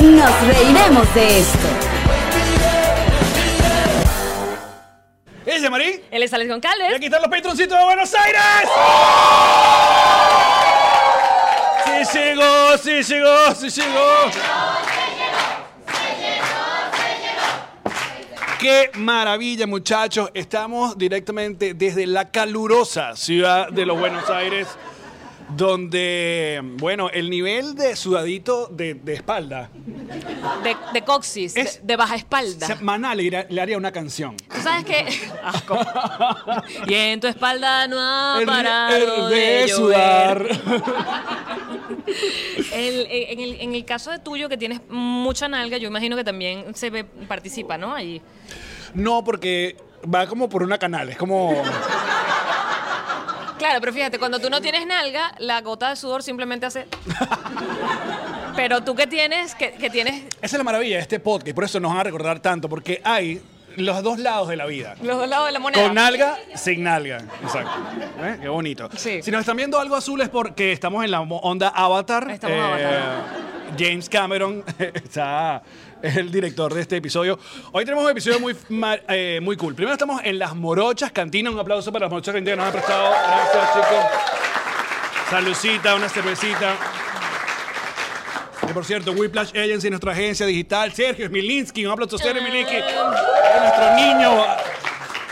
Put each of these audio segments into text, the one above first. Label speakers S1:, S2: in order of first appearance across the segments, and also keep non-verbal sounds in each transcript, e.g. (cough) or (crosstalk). S1: Nos reiremos de esto.
S2: Ella, Marín.
S3: Él es Alex
S2: Y
S3: Goncalves.
S2: aquí están los patroncitos de Buenos Aires. Sí llegó, sí llegó, sí llegó. Qué maravilla, muchachos. Estamos directamente desde la calurosa ciudad de los Buenos Aires, donde, bueno, el nivel de sudadito de, de espalda.
S3: De, de coxis,
S2: Es-
S3: de, de baja espalda.
S2: Se- Maná le, irá- le haría una canción.
S3: ¿Tú sabes qué?
S2: (laughs)
S3: Asco. (laughs) y en tu espalda no ha
S2: El-
S3: parado
S2: el
S3: de,
S2: de
S3: llover.
S2: sudar.
S3: El- en, el, en el caso de tuyo, que tienes mucha nalga, yo imagino que también se ve- participa, ¿no? Ahí.
S2: No, porque va como por una canal. Es como.
S3: Claro, pero fíjate, cuando tú no tienes nalga, la gota de sudor
S2: (laughs)
S3: simplemente hace... pero tú que tienes, que, que tienes
S2: Esa es la maravilla de este podcast, por eso nos van a recordar tanto, porque hay los dos lados de la vida.
S3: los dos lados de la moneda.
S2: Con alga, sin alga. Exacto. ¿Eh? Qué bonito.
S3: Sí.
S2: Si nos están viendo algo azul es porque estamos en la mo- onda Avatar. Eh,
S3: Estamos Avatar.
S2: James Cameron (laughs) está es el director de este episodio. Hoy tenemos un episodio muy, ma- eh, muy cool. Primero estamos en Las Morochas Cantina. Un aplauso para las Morochas Cantina que nos han prestado. Gracias, chicos. Salucita, una cervecita. Que por cierto, Whiplash Agency, nuestra agencia digital, Sergio Smilinski, un aplauso Sergio Smilinski. Es Nuestro niño,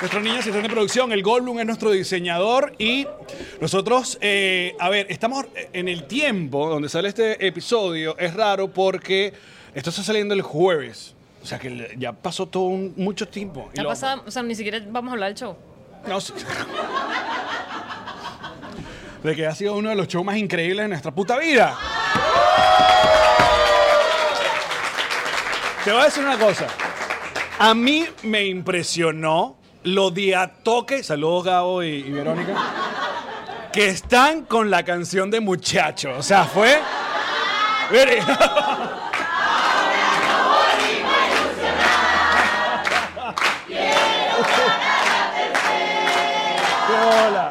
S2: nuestro niño asistente de producción, el Goldblum es nuestro diseñador y nosotros, eh, a ver, estamos en el tiempo donde sale este episodio, es raro porque esto está saliendo el jueves. O sea que le- ya pasó todo un- mucho tiempo. Y
S3: Ya
S2: lo-
S3: pasa- o sea, ni siquiera vamos a hablar del show.
S2: no sé. De que ha sido uno de los shows más increíbles de nuestra puta vida. Te voy a decir una cosa. A mí me impresionó lo de a toque. Saludos, Gabo y, y Verónica. Que están con la canción de muchacho. O sea, fue. Mire. Hola.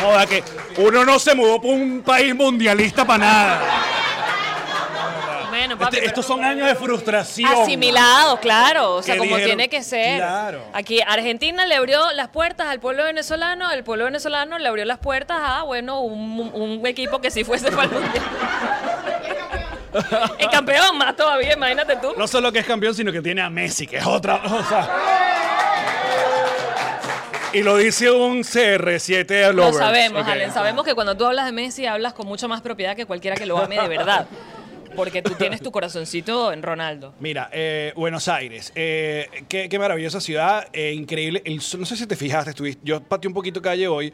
S2: Joda, que uno no se mudó por un país mundialista para nada.
S3: Bueno, papi,
S2: Este-
S3: pero-
S2: estos son años de frustración.
S3: Asimilado, claro. O sea,
S2: Que
S3: como
S2: dijeron,
S3: tiene que ser.
S2: claro.
S3: Aquí Argentina le abrió las puertas al pueblo venezolano, el pueblo venezolano le abrió las puertas a, bueno, un, un equipo que si fuese para el mundial. El campeón más todavía, imagínate tú.
S2: No solo que es campeón, sino que tiene a Messi, que es otra cosa. Y lo dice un CR7
S3: Lo
S2: Lovers.
S3: sabemos,
S2: Ok.
S3: Allen. Sabemos que cuando tú hablas de Messi hablas con mucha más propiedad que cualquiera que lo ame de verdad. Porque tú tienes tu corazoncito en Ronaldo.
S2: Mira, eh, Buenos Aires, eh, qué, qué maravillosa ciudad, eh, increíble. El sol- no sé si te fijaste, estuviste- yo pateé un poquito calle hoy.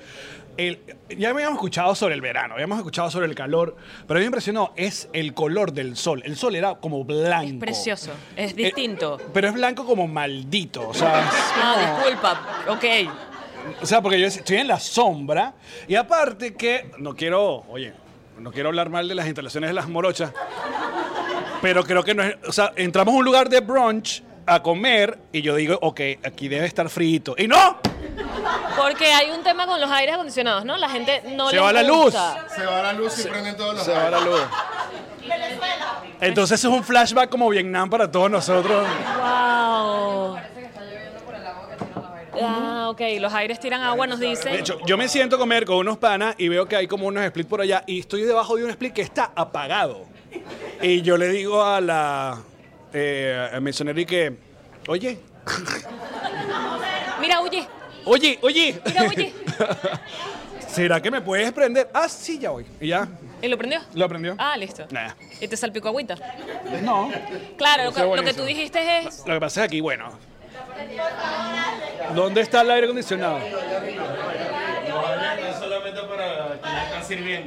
S2: El- ya habíamos escuchado sobre el verano, habíamos escuchado sobre el calor, pero a mí me impresionó, es el color del sol. El sol era como blanco.
S3: Es precioso, es
S2: Eh,
S3: distinto.
S2: pero es blanco como maldito, o sea, es
S3: Ah, disculpa, ok.
S2: o sea, porque yo estoy en la sombra. Y aparte que, no quiero, oye, no quiero hablar mal de las instalaciones de las morochas. Pero creo que no es, o sea, entramos a un lugar de brunch a comer y yo digo, ok, aquí debe estar frito. Y no,
S3: Porque hay un tema con los aires acondicionados, ¿no? La gente no
S2: Se
S3: les
S2: va la luz.
S3: gusta.
S4: Se va la luz y prenden todos los
S2: se va la luz. Entonces es un flashback como Vietnam para todos nosotros.
S3: Wow. Ah, ok. Los aires tiran agua, nos
S2: De
S3: dicen.
S2: hecho, yo me siento a comer con unos panas y veo que hay como unos split por allá y estoy debajo de un split que está apagado. Y yo le digo a la eh, a Masoneri que, oye,
S3: Mira, huye.
S2: oye, oye,
S3: Mira, huye.
S2: (laughs) ¿será que me puedes prender? Ah, sí, ya voy. Y ya,
S3: ¿Y lo prendió?
S2: ¿Lo prendió?
S3: Ah, listo.
S2: Nah.
S3: ¿Y te salpicó agüita?
S2: no.
S3: Claro, lo
S2: Eso
S3: que,
S2: es
S3: lo que
S2: buenísimo.
S3: tú dijiste es...
S2: Lo que pasa es aquí, bueno. ¿Dónde está el aire acondicionado?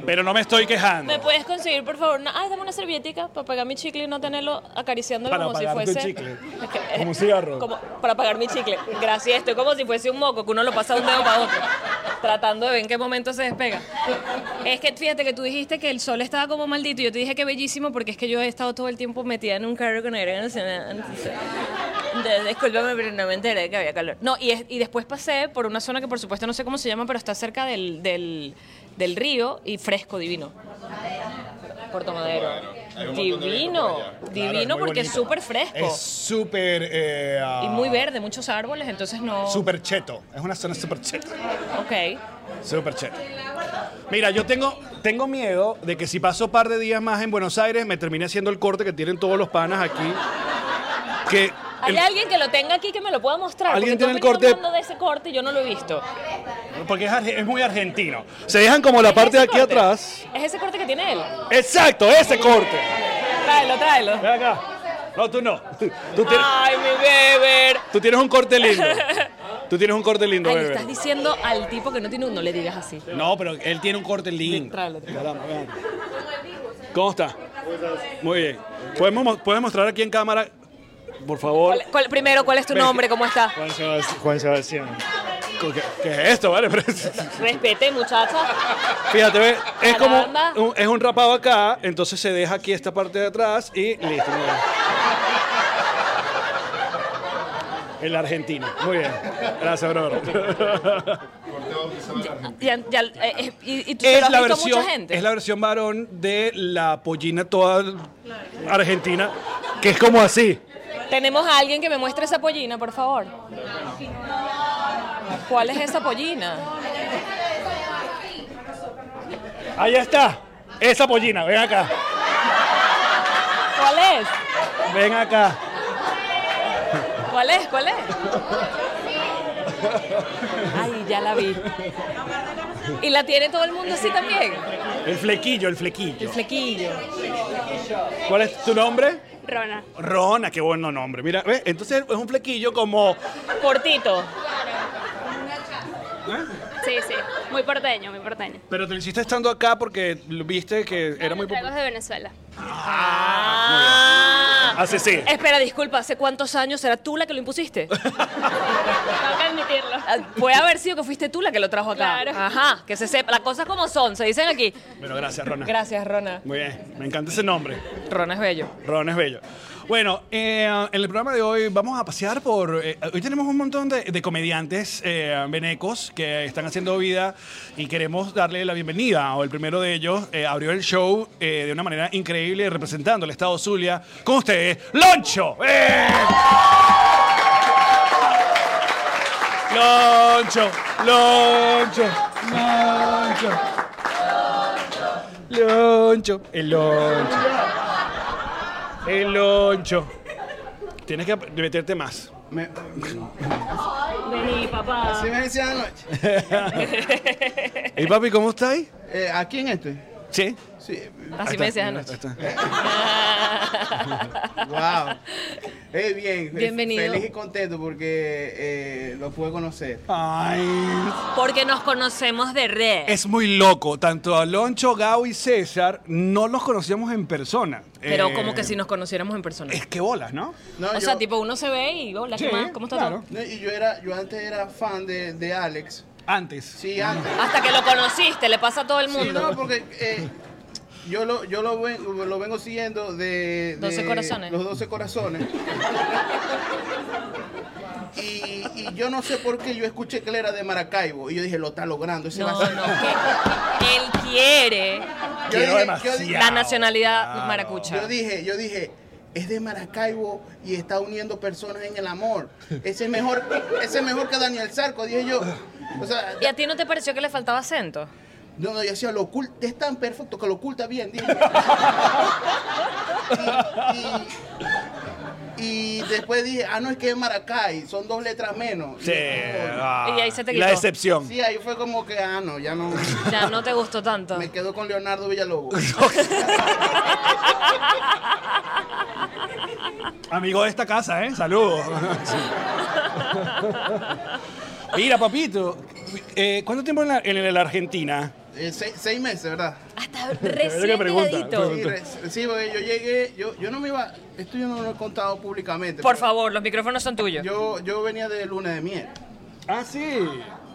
S2: Pero no me estoy quejando.
S3: ¿Me puedes conseguir, por favor? una- Ah, dame una servilletica para pagar mi chicle y no tenerlo acariciándolo
S2: Para
S3: como si
S2: apagar tu
S3: fuese...
S2: chicle.
S3: Es que- eh,
S2: Como un cigarro.
S3: Como- para pagar mi chicle. Gracias, estoy como si fuese un moco que uno lo pasa de un dedo para otro. tratando de ver en qué momento se despega. Es que fíjate que tú dijiste que el sol estaba como maldito y yo te dije que bellísimo porque es que yo he estado todo el tiempo metida en un carro con aire acondicionado. Entonces, de- Discúlpame, pero no me enteré que había calor. No, y, es- y después pasé por una zona que por supuesto no sé cómo se llama, pero está cerca del, del, del río y fresco, divino. Puerto Madero.
S5: Hay un montón de viento
S3: Divino,
S5: por allá.
S2: Claro,
S3: divino
S2: es muy
S3: porque es
S2: bonito.
S3: súper fresco.
S5: Es súper. eh, ah,
S3: Y muy verde, muchos árboles, entonces no.
S2: ah,
S5: Súper cheto. Es una zona súper cheto.
S3: Ok.
S2: Súper chévere. Mira, yo tengo, tengo miedo de que si paso un par de días más en Buenos Aires, me termine haciendo el corte que tienen todos los panas aquí. Que
S3: ¿Hay
S2: el-
S3: alguien que lo tenga aquí que me lo pueda mostrar?
S2: ¿Alguien
S3: Porque
S2: tiene
S3: tú
S2: el
S3: me estás
S2: corte?
S3: hablando de ese corte y yo no lo he visto.
S2: porque es, arge- es muy argentino. Se dejan como la parte de aquí atrás.
S3: Es ese corte que tiene él.
S2: Exacto, ese corte.
S3: Tráelo, tráelo.
S2: Ven acá. No, tú no. Tú tienes,
S3: Ay, mi Weber.
S2: tú tienes un corte (laughs) lindo. Tú tienes un corte lindo,
S3: Ay, le
S2: bebé.
S3: estás diciendo al tipo que no tiene un, no le digas así.
S2: No, pero él tiene un corte lindo.
S3: Tráelo,
S2: Caramba, vean. ¿Cómo está? Muy bien. ¿Podemos, mo- puedes mostrar aquí en cámara, por favor?
S3: ¿Cuál- cuál- primero, ¿cuál es tu nombre? ¿Cómo está?
S6: Juan, Sebasti- Juan Sebastián.
S2: ¿Qué, qué es esto, vale? Pero es-
S3: Respete, muchacha.
S2: Fíjate, ve, es como
S3: Caramba.
S2: un- es un rapado acá, entonces se deja aquí esta parte de atrás y listo. muy bien. El argentino. Muy bien. Gracias, brother.
S3: Ya- ya- eh, eh, y, y tú se lo
S2: es
S3: has
S2: la
S3: visto a
S2: versión
S3: mucha gente.
S2: es la versión varón de la pollina toda argentina que es como así
S3: Tenemos a alguien que me muestre esa pollina, por favor. ¿Cuál es esa pollina?
S2: ahí está esa pollina ven acá
S3: ¿Cuál es?
S2: ven acá
S3: ¿Cuál es? ¿Cuál es? Ay, ya la vi. Y la tiene todo el mundo así también.
S2: el flequillo el
S3: El
S2: flequillo
S3: flequillo.
S2: cuál es tu nombre
S7: Rona.
S2: Rona qué bueno nombre mira ve, entonces es un flequillo como
S3: Cortito.
S7: Sí, sí. Muy porteño, muy porteño.
S2: pero te lo hiciste estando acá porque lo viste que era muy
S7: Tragos
S2: popular
S7: de Venezuela.
S3: Ah.
S2: así sí
S3: Espera, disculpa, ¿hace cuántos años era tú la que lo impusiste?
S7: Tengo que admitirlo.
S3: Ah, Puede haber sido que fuiste tú la que lo trajo acá.
S7: Claro.
S3: Ajá, que se sepa. Las cosas como son, se dicen aquí.
S2: bueno gracias Rona
S3: Gracias, Rona.
S2: muy bien me encanta ese nombre
S3: Rona es bello.
S2: Ron es bello. Bueno, eh, en el programa de hoy vamos a pasear por... eh, hoy tenemos un montón de, de comediantes eh, venecos que están haciendo vida y queremos darle la bienvenida. O el primero de ellos eh, abrió el show eh, de una manera increíble representando el estado Zulia. Con ustedes, Loncho. ¡Eh! Loncho, Loncho, Loncho. Loncho, el Loncho. El loncho. Tienes que meterte más.
S3: Vení, papá.
S8: ¿Sí me decían anoche?
S2: ¿Y papi, cómo estáis?
S8: Eh, ¿Aquí en este?
S2: Sí.
S8: Sí.
S3: Así me decías anoche.
S8: (laughs) Wow. Eh, bien.
S3: Bienvenido.
S8: Feliz y contento porque eh, lo pude conocer.
S2: Ay.
S3: Porque nos conocemos de red.
S2: Es muy loco. Tanto a Loncho, Gao y César no los conocíamos en persona.
S3: Pero
S2: Eh,
S3: como que si nos conociéramos en persona.
S2: Es que bolas, ¿no?
S8: No,
S3: o
S8: yo-
S3: sea, tipo, uno se ve y hola, ¿qué
S2: Sí,
S3: más? ¿Cómo está
S2: claro.
S3: todo?
S8: no, y yo era, yo antes era fan de, de Alex.
S2: Antes.
S8: Sí, antes.
S3: Hasta que lo conociste, le pasa a todo el
S8: Sí,
S3: mundo.
S8: no, porque eh, yo lo, yo lo, ven- lo vengo siguiendo de, de
S3: 12 corazones.
S8: Los 12
S3: (laughs)
S8: corazones. Y, y yo no sé por qué yo escuché que él era de Maracaibo y yo dije, lo está logrando. Ese va a
S3: No,
S8: ser-
S3: no, que él quiere
S8: Yo
S2: Quiero
S8: dije- yo
S2: demasiado.
S8: dije-
S3: la nacionalidad maracucha.
S8: Yo dije, yo dije, es de Maracaibo y está uniendo personas en el amor. Ese es mejor, ese es mejor que Daniel Sarco, dije yo. O sea,
S3: ¿Y a ti no te pareció que le faltaba acento?
S8: no, no, yo decía, lo oculta, es tan perfecto que lo oculta bien, dije. Y, y- y después dije, ah, no, es que es Maracay, son dos letras menos.
S2: Sí. ah.
S3: Y ahí se te
S2: La
S3: quitó.
S2: excepción.
S8: Sí, ahí fue como que, ah, no, ya no.
S3: Ya no te gustó tanto.
S8: Me quedo con Leonardo Villalobos.
S2: (laughs) Amigo de esta casa, ¿eh? Saludos. Sí. (laughs) Mira, papito. eh, ¿Cuánto tiempo en la, en la Argentina?
S8: Eh, seis- seis meses, ¿verdad? (laughs)
S3: Hasta
S2: Mira
S3: recién
S2: qué pregunta.
S3: pegadito.
S8: Sí, re- sí, porque yo llegué, yo, yo no me iba, esto yo no lo he contado públicamente.
S3: Por
S8: pero
S3: favor, los micrófonos son tuyos.
S8: Yo, yo venía de luna de miel.
S2: Ah, sí.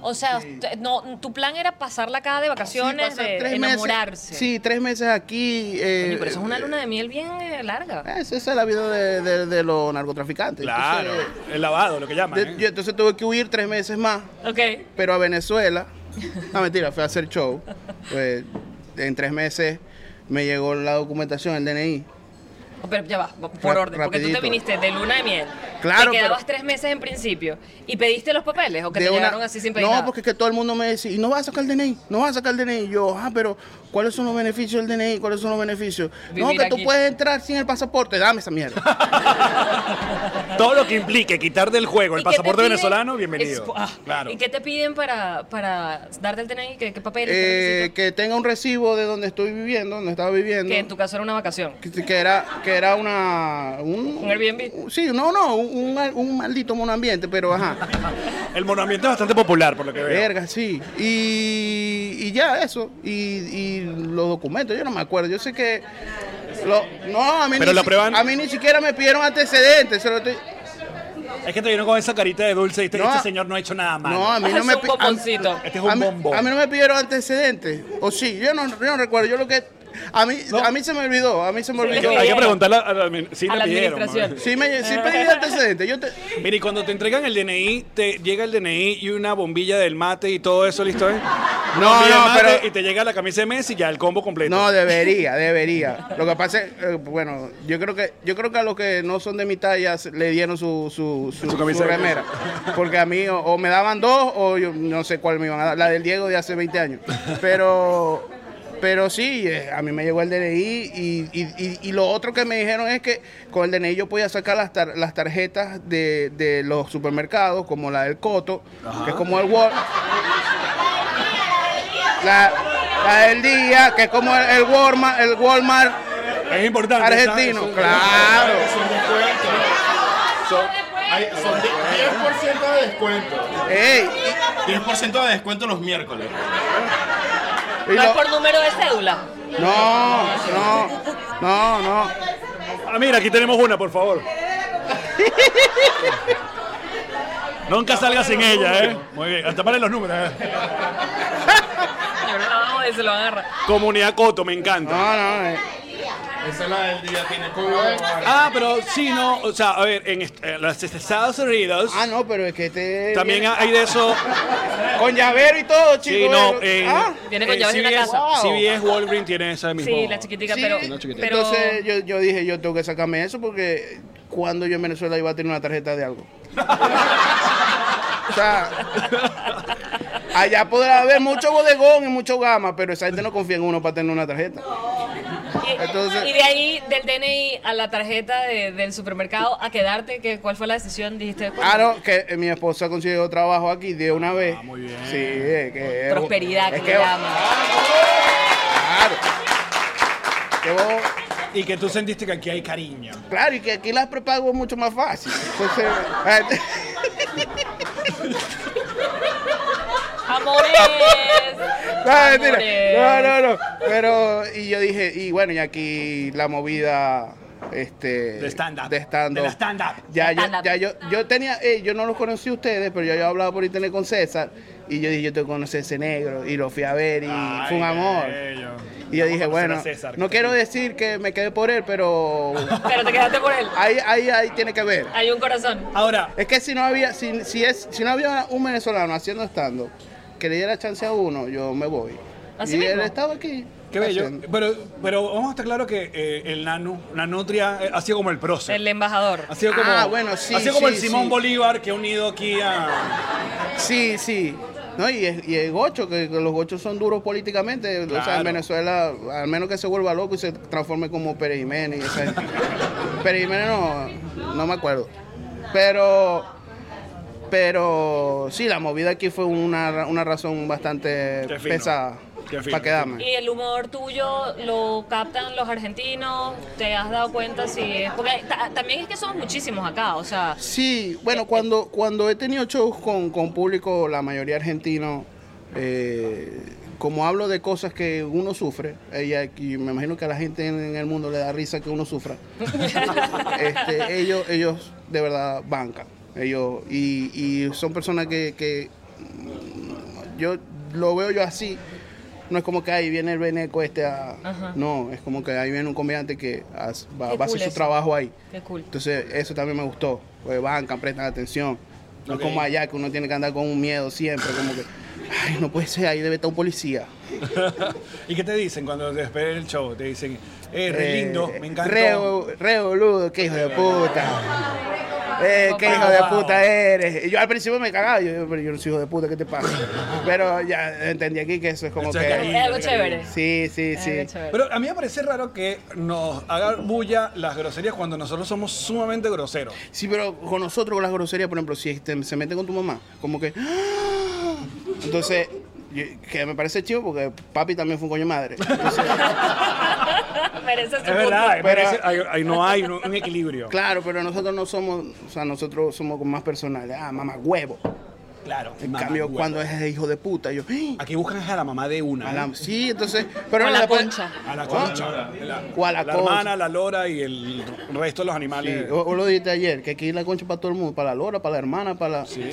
S7: O sea, t- no, tu plan era pasarla acá de vacaciones,
S8: pasar
S7: de
S8: tres meses-
S7: enamorarse.
S8: sí, tres meses aquí. eh,
S7: Coño, pero eso es una luna de miel bien eh, larga.
S8: eh, esa es la vida de, de- de los narcotraficantes.
S2: Claro,
S8: Entonces,
S2: el lavado, lo que llaman.
S8: de-
S2: ¿eh?
S8: yo entonces tuve que huir tres meses más,
S7: Ok.
S8: pero
S7: (laughs)
S8: a Venezuela. No, mentira, fue a hacer show. Pues, en tres meses me llegó la documentación, el DNI.
S7: Oh, Pero ya va, por
S8: Ra-
S7: orden, porque tú te
S8: rapidito.
S7: viniste de luna de miel.
S8: Claro,
S7: Te quedabas
S8: pero-
S7: tres meses en principio. ¿Y pediste los papeles o que
S8: de
S7: te
S8: una-
S7: llegaron así sin pedir
S8: No,
S7: nada?
S8: porque es que todo el mundo me decía, ¿y no vas a sacar el DNI? ¿No vas a sacar el DNI? Y yo, ah, pero ¿cuáles son los beneficios del DNI? ¿Cuáles son los beneficios? no,
S7: Vivir
S8: que tú
S7: aquí.
S8: puedes entrar sin el pasaporte. Dame esa mierda.
S2: Todo lo que implique quitar del juego el
S7: ¿Y qué te
S2: pasaporte
S7: piden?
S2: venezolano, bienvenido.
S7: Expo- ah,
S2: claro.
S7: ¿Y qué te piden para, para darte el DNI? (laughs) ¿Qué, qué papeles? qué
S8: Eh,
S7: requisitos?
S8: que tenga un recibo de donde estoy viviendo, donde estaba viviendo.
S7: que en tu caso era una vacación.
S8: que, que era, que era una... Un,
S7: ¿Un Airbnb?
S8: Sí, no, no, un, un- un maldito monoambiente,
S2: (laughs)
S8: pero ajá.
S2: El monoambiente es bastante popular, por lo que veo.
S8: Verga, sí. Y, y ya eso. Y, y los documentos, yo no me acuerdo. Yo sé que. lo- no, a mí,
S2: Pero
S8: ni
S2: lo
S8: si-
S2: prueban-
S8: a mí ni siquiera me pidieron antecedentes. se lo estoy-
S2: Es que te vieron con esa carita de dulce y este,
S8: No,
S2: este
S8: a-
S2: señor no ha hecho nada mal.
S8: no, a mí no
S7: (laughs) Es
S8: me
S7: un
S8: pi-
S7: bomboncito.
S2: Este es
S8: a
S2: un
S8: mí-
S2: bombón.
S8: A mí no me pidieron antecedentes. O sí, yo no, yo no recuerdo. Yo lo que. A mí, a mí se me olvidó. A mí se me
S7: Sí,
S2: Hay
S8: olvidó.
S2: que- Hay que preguntarle a, a la, admi- sí
S7: A
S2: le
S7: la
S2: pidieron,
S7: administración.
S2: mami.
S8: Sí, me, sí pedí antecedentes. Yo te-
S2: Mira, y cuando te entregan el DNI, te llega el DNI y una bombilla del mate y todo eso, ¿listo? eh?
S8: No,
S2: Bombilla
S8: no,
S2: de mate
S8: pero-
S2: Y te llega la camisa de Messi y ya el combo completo.
S8: No, debería, debería. Lo que pasa es, eh, bueno, yo creo que yo creo que a los que no son de mi talla se- le dieron su, su, su,
S2: Su camisa
S8: su
S2: de
S8: remera. Porque a mí o, o me daban dos o yo no sé cuál me iban a dar. La del Diego de hace 20 años. Pero pero sí, eh, a mí me llegó el DNI y, y- y- y lo otro que me dijeron es que con el DNI yo podía sacar las, tar- las tarjetas de, de los supermercados, como la del Coto, que es como el Walmart. La, la del día, que es como el, el Walmart, el Walmart
S2: Es importante. ¿sabes?
S8: argentino.
S2: Eso-
S8: Claro.
S4: Hay, son de- 10% de descuento.
S8: Ey,
S4: 10% de descuento los miércoles.
S8: y- y
S7: No es
S8: lo-
S7: por número de cédula.
S8: no, no, no, no.
S2: Ah, mira, aquí tenemos una, por favor. Nunca salgas sin ella, ¿eh? Muy bien, hasta para los números. ¿eh?
S7: Yo no lo hago, se lo agarra.
S2: Comunidad Coto, me encanta.
S8: No, no. eh.
S4: Esa es la del día, tiene código de
S2: Ah, pero sí, no, o sea, a ver, en, est- en los Estados Unidos
S8: Ah, no, pero es que este.
S2: también hay de eso.
S8: Con llavero y todo, chicos.
S2: Sí, no, en,
S8: Ah,
S7: Viene con
S2: en
S7: llaves de una
S2: CVS,
S8: casa.
S2: CVS Walgreens tiene esa misma.
S7: Sí, la chiquitica,
S8: sí.
S7: pero, pero...
S8: Entonces yo, yo dije, yo tengo que sacarme eso porque cuando yo en Venezuela iba a tener una tarjeta de algo. o sea, allá podrá haber mucho bodegón y mucho gama, pero esa gente no confía en uno para tener una tarjeta.
S7: y,
S8: entonces-
S7: eh, y de ahí, del DNI a la tarjeta de- del supermercado, a quedarte, que, ¿cuál fue la decisión? Dijiste,
S8: Ah, no, que eh, mi esposa consiguió trabajo aquí de una vez. Ah, muy bien. Sí, eh, que
S7: prosperidad,
S8: es
S7: que le llaman.
S8: Claro. Que vos-
S2: Y que tú sentiste que aquí hay cariño.
S8: claro, y que aquí las prepago es mucho más fácil. Entonces, (laughs) la gente- (laughs)
S7: Amores.
S8: No, Ah, mentira.
S7: Amores.
S8: No, no, no. Pero, y yo dije, y bueno, y aquí la movida. Este,
S2: De stand-up.
S8: De
S2: De
S8: stand-up.
S2: la stand-up.
S8: Ya,
S7: De
S8: yo,
S7: stand-up.
S8: ya yo, yo tenía, eh, yo no los conocí a ustedes, pero ya yo hablaba por internet con César. Y yo dije, yo tengo que conocer ese negro. Y lo fui a ver y fue un amor. Y yo dije, bueno, no quiero decir que me quedé por él, pero
S2: (laughs)
S7: Pero te quedaste por él.
S8: ahí, ahí, ahí tiene que ver.
S7: Hay un corazón.
S2: Ahora,
S8: Es que si no había, si, si es, si no había un venezolano haciendo estando que le diera chance a uno, yo me voy.
S7: ¿Así
S8: y
S7: mismo?
S8: él estaba aquí.
S2: qué bello.
S8: haciendo.
S2: Pero, pero vamos a estar claro que eh, el Nanu, la Nutria, eh, ha sido como el prócer.
S7: El embajador.
S2: Ha sido como,
S8: Ah, bueno, sí,
S2: ha sido como
S8: sí,
S2: el Simón
S8: sí.
S2: Bolívar que ha unido aquí a. (laughs)
S8: Sí, sí. No, y, es- y el gocho, que, que los gochos son duros políticamente. O sea,
S2: Claro.
S8: en Venezuela, al menos que se vuelva loco y se transforme como Pérez Jiménez. y
S2: (laughs)
S8: esa gente. Pérez Jiménez no, no me acuerdo. Pero, pero sí, la movida aquí fue una, ra- una razón bastante
S2: Qué fino.
S8: pesada
S2: Qué fino.
S8: para quedarme.
S7: Y el humor tuyo lo captan los argentinos, te has dado cuenta si es- Porque ta- también es que somos muchísimos acá, o sea,
S8: Sí, bueno, cuando, cuando he tenido shows con, con público, la mayoría argentino, eh, como hablo de cosas que uno sufre, ella, y me imagino que a la gente en, en el mundo le da risa que uno sufra, este, ellos, ellos de verdad bancan. Ellos, y, y son personas que, que, mm, yo lo veo yo así. No es como que ahí viene el veneco este a... No, es como que ahí viene un comediante que as- va,
S3: Qué
S8: va a hacer
S3: cool
S8: su
S3: eso.
S8: trabajo ahí.
S3: Qué cool.
S8: Entonces, eso también me gustó. Pues bancan, prestan atención. No es como allá que uno tiene que andar con un miedo siempre, como que, ay, no puede ser, ahí debe estar un policía.
S2: ¿Y qué te dicen cuando te esperan el show? Te dicen, eh, re lindo,
S8: Eh,
S2: me encantó.
S8: Re, re boludo, qué hijo de puta. Eh, qué hijo de puta eres. Y yo al principio me cagaba, yo, yo, pero yo no soy hijo de puta, ¿qué te pasa? Pero ya entendí aquí que eso es como
S2: Eso
S8: que.
S2: es
S3: Es algo chévere.
S8: Sí, sí,
S3: Es
S8: sí.
S3: algo chévere.
S2: Pero a mí me parece raro que nos haga bulla las groserías cuando nosotros somos sumamente groseros.
S8: Sí, pero con nosotros, con las groserías, por ejemplo, si te- se mete con tu mamá, como que. ¡ah! Entonces, yo- que me parece chido porque papi también fue un coño de madre.
S2: (laughs)
S8: Entonces,
S3: Mereces tu
S2: Es verdad,
S3: punto.
S2: me parece- hay- hay- no hay un un equilibrio.
S8: claro, pero nosotros no somos, o sea, nosotros somos como más personales. Ah, mamá huevo.
S2: Claro.
S8: En
S2: mamá
S8: cambio,
S2: huevo.
S8: cuando es hijo de puta, yo. ¡ay!
S2: Aquí buscan a la mamá de una.
S8: A
S2: ¿eh?
S8: la- sí, entonces. Pero
S3: O
S8: no
S3: la
S8: le pon-
S3: concha.
S2: A la concha.
S8: O a la concha.
S2: hermana, la lora y el resto de los
S8: Sí, oh.
S2: animales.
S8: o, o lo dijiste ayer, que aquí la concha para todo el mundo, para la lora, para la hermana, para la.
S2: Sí.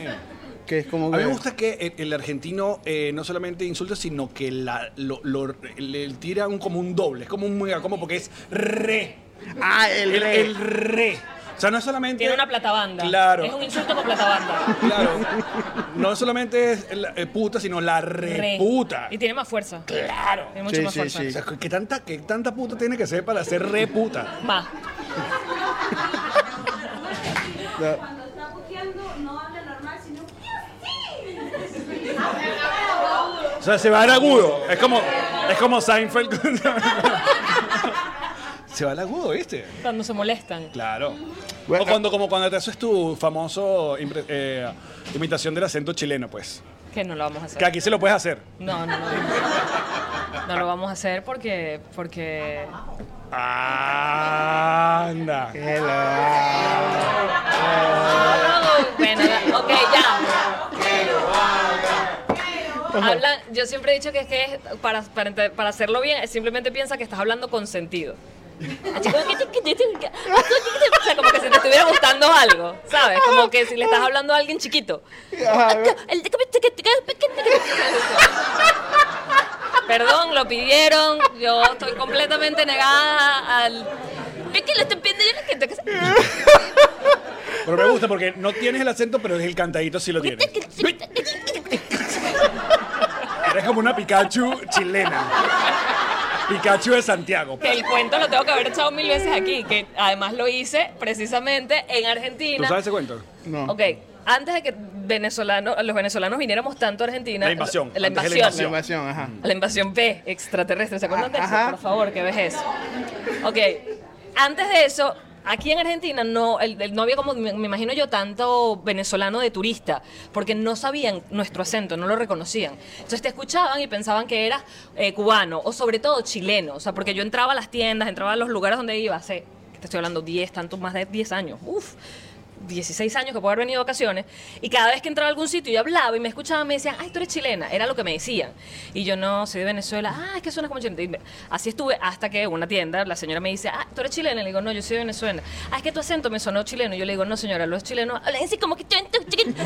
S8: Que es como.
S2: A mí
S8: que-
S2: me gusta que el, el argentino eh, no solamente insulta, sino que la- lo, lo- le tira un, como un doble, es como un mega como porque es re.
S8: Ah, el,
S2: El,
S8: rey.
S2: el re. O sea, no es solamente.
S3: Tiene una platabanda.
S2: Claro.
S3: Es un insulto con platabanda.
S2: Claro. No solamente es la- eh, puta, sino la
S3: Re.
S2: reputa.
S3: Y tiene más fuerza. Claro. Tiene mucho
S8: Sí,
S3: más
S8: sí,
S3: fuerza.
S2: O sea, ¿qué tanta, qué tanta puta tiene que ser para ser re puta?
S3: Más.
S8: La-
S2: O sea, se va al agudo. Es como, es como Seinfeld. (laughs) se va al agudo, ¿viste?
S3: Cuando se molestan.
S2: Claro.
S8: Bueno.
S2: o cuando, como cuando te haces tu famoso impre- eh, imitación del acento chileno, pues.
S3: Que no lo vamos a hacer.
S2: Que aquí se lo puedes hacer.
S3: No, no, no. No lo vamos a hacer porque. porque...
S2: Anda.
S8: Hello.
S3: Bueno, ok, ya. Habla- yo siempre he dicho que es que es para, para, ente- para hacerlo bien, simplemente piensa que estás hablando con sentido. Así como que- O sea, como que si te estuviera gustando algo, ¿sabes? Como que si le estás hablando a alguien chiquito. Perdón, lo pidieron. Yo estoy completamente negada al. Es que lo estoy pidiendo yo no quiero
S2: Pero me gusta porque no tienes el acento, pero el cantadito sí lo tienes. Eres como una Pikachu chilena. Pikachu de Santiago.
S3: Que el cuento lo tengo que haber echado mil veces aquí, que además lo hice precisamente en Argentina.
S2: ¿Tú sabes ese cuento?
S8: No.
S3: Ok, antes de que venezolano, los venezolanos viniéramos tanto a Argentina.
S2: La invasión,
S3: La
S2: antes de la
S3: invasión.
S8: La invasión, ajá.
S2: Mm.
S3: La invasión B, extraterrestre. ¿Se acuerdan de eso?
S8: Ajá.
S3: Por favor, que ves eso. Ok, antes de eso, aquí en Argentina no, el- el- no había como, me, me imagino yo, tanto venezolano de turista, porque no sabían nuestro acento, no lo reconocían. Entonces te escuchaban y pensaban que eras eh, cubano, o sobre todo chileno. O sea, porque yo entraba a las tiendas, entraba a los lugares donde iba, hace, que te estoy hablando, 10, tanto más de 10 años. Uf. 16 años que puedo haber venido de vacaciones y cada vez que entraba a algún sitio y hablaba y me escuchaban me decían, ay, tú eres chilena, era lo que me decían. Y yo no, soy de Venezuela, ah, es que suena como chilena. Y me- Así estuve hasta que en una tienda la señora me dice, ah, tú eres chilena, y le digo, no, yo soy de Venezuela. Ah, es que tu acento me sonó chileno. Y yo le digo, no, señora, los chilenos hablan así como que... chin, chin, chin".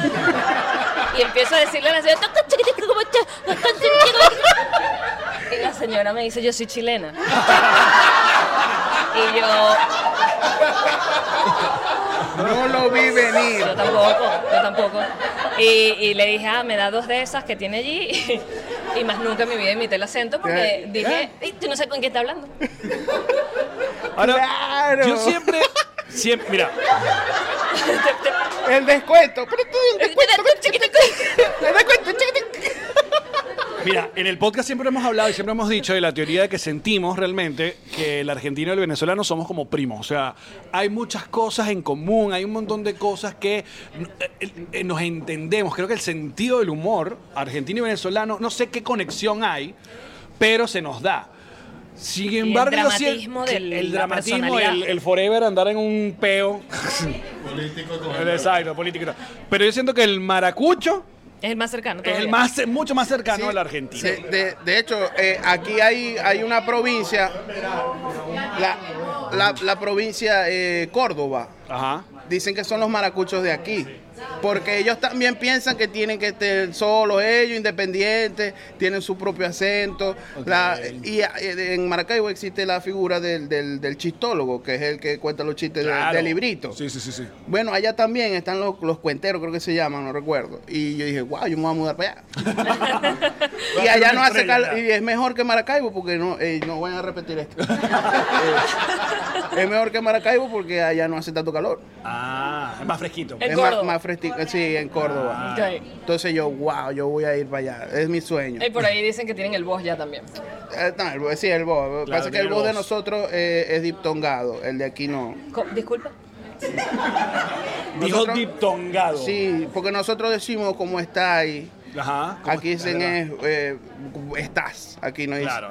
S3: Y empiezo a decirle a la señora, "Toc, toc, chiquitico, como cha, toc, toc, chiquitico, como cha". y la señora me dice, yo soy chilena. Y yo,
S8: No lo vi venir.
S3: Yo tampoco, yo tampoco. Y, y le dije, ah, me da dos de esas que tiene allí. Y más nunca en mi vida imité el acento porque
S8: ¿Qué? ¿Eh?
S3: dije, "Ey, yo no sé con quién está
S8: (laughs)
S3: hablando.
S2: Ahora,
S8: Claro.
S2: yo siempre, siempre, mira,
S8: El descuento. Pero tú, el descuento. El descuento, chiquitín.
S2: Mira, en el podcast siempre hemos hablado y siempre hemos dicho de la teoría de que sentimos realmente que el argentino y el venezolano somos como primos. O sea, hay muchas cosas en común, hay un montón de cosas que eh, eh, nos entendemos. Creo que el sentido del humor argentino y venezolano, no sé qué conexión hay, pero se nos da. Sin embargo, yo sí-
S3: dramatismo del-
S2: el
S3: la
S2: dramatismo,
S3: personalidad.
S2: el, el forever andar en un peo, (laughs)
S4: Político con
S2: el exacto, político. y tal. Pero yo siento que el maracucho
S3: Es el más cercano.
S2: es el
S3: todavía.
S2: más, mucho más cercano
S8: Sí,
S2: al argentino.
S8: sí, de, de hecho, eh, aquí hay, hay una provincia, la, la, la provincia eh, Córdoba.
S2: Ajá.
S8: Dicen que son los maracuchos de aquí. Porque ellos también piensan que tienen que estar solos, ellos independientes, tienen su propio acento. La- y a- en Maracaibo existe la figura del, del- del chistólogo, que es el que cuenta los chistes de-
S2: Claro.
S8: de, librito.
S2: Sí, sí, sí, sí.
S8: Bueno, allá también están los, los cuenteros, creo que se llaman, no recuerdo. Y yo dije, wow, yo me voy a
S2: (laughs)
S8: mudar para allá. y allá no hace calor. Y es mejor que Maracaibo porque no, eh, no voy a
S2: (laughs)
S8: repetir esto. (laughs) Eh, es mejor que Maracaibo porque allá no hace tanto calor.
S2: Ah, es más fresquito.
S7: En
S8: es más,
S7: Córdoba.
S8: más fresquito. Sí, en Córdoba.
S7: Ok.
S8: Entonces yo, wow, yo voy a ir para allá. Es mi sueño.
S7: Eh,
S3: Y por ahí dicen que tienen el voz ya también.
S8: Eh, no, el bo- sí, el bo. Pasa que
S2: tiene
S8: el bo de
S2: voz.
S8: nosotros eh, es diptongado. El de aquí no.
S7: Co- Disculpa.
S2: Dijo
S8: nosotros-
S2: diptongado.
S8: Sí, porque nosotros decimos cómo está ahí.
S2: Ajá. ¿cómo
S8: Aquí
S2: estás?
S8: dicen es, eh, estás, aquí no dicen
S2: Claro.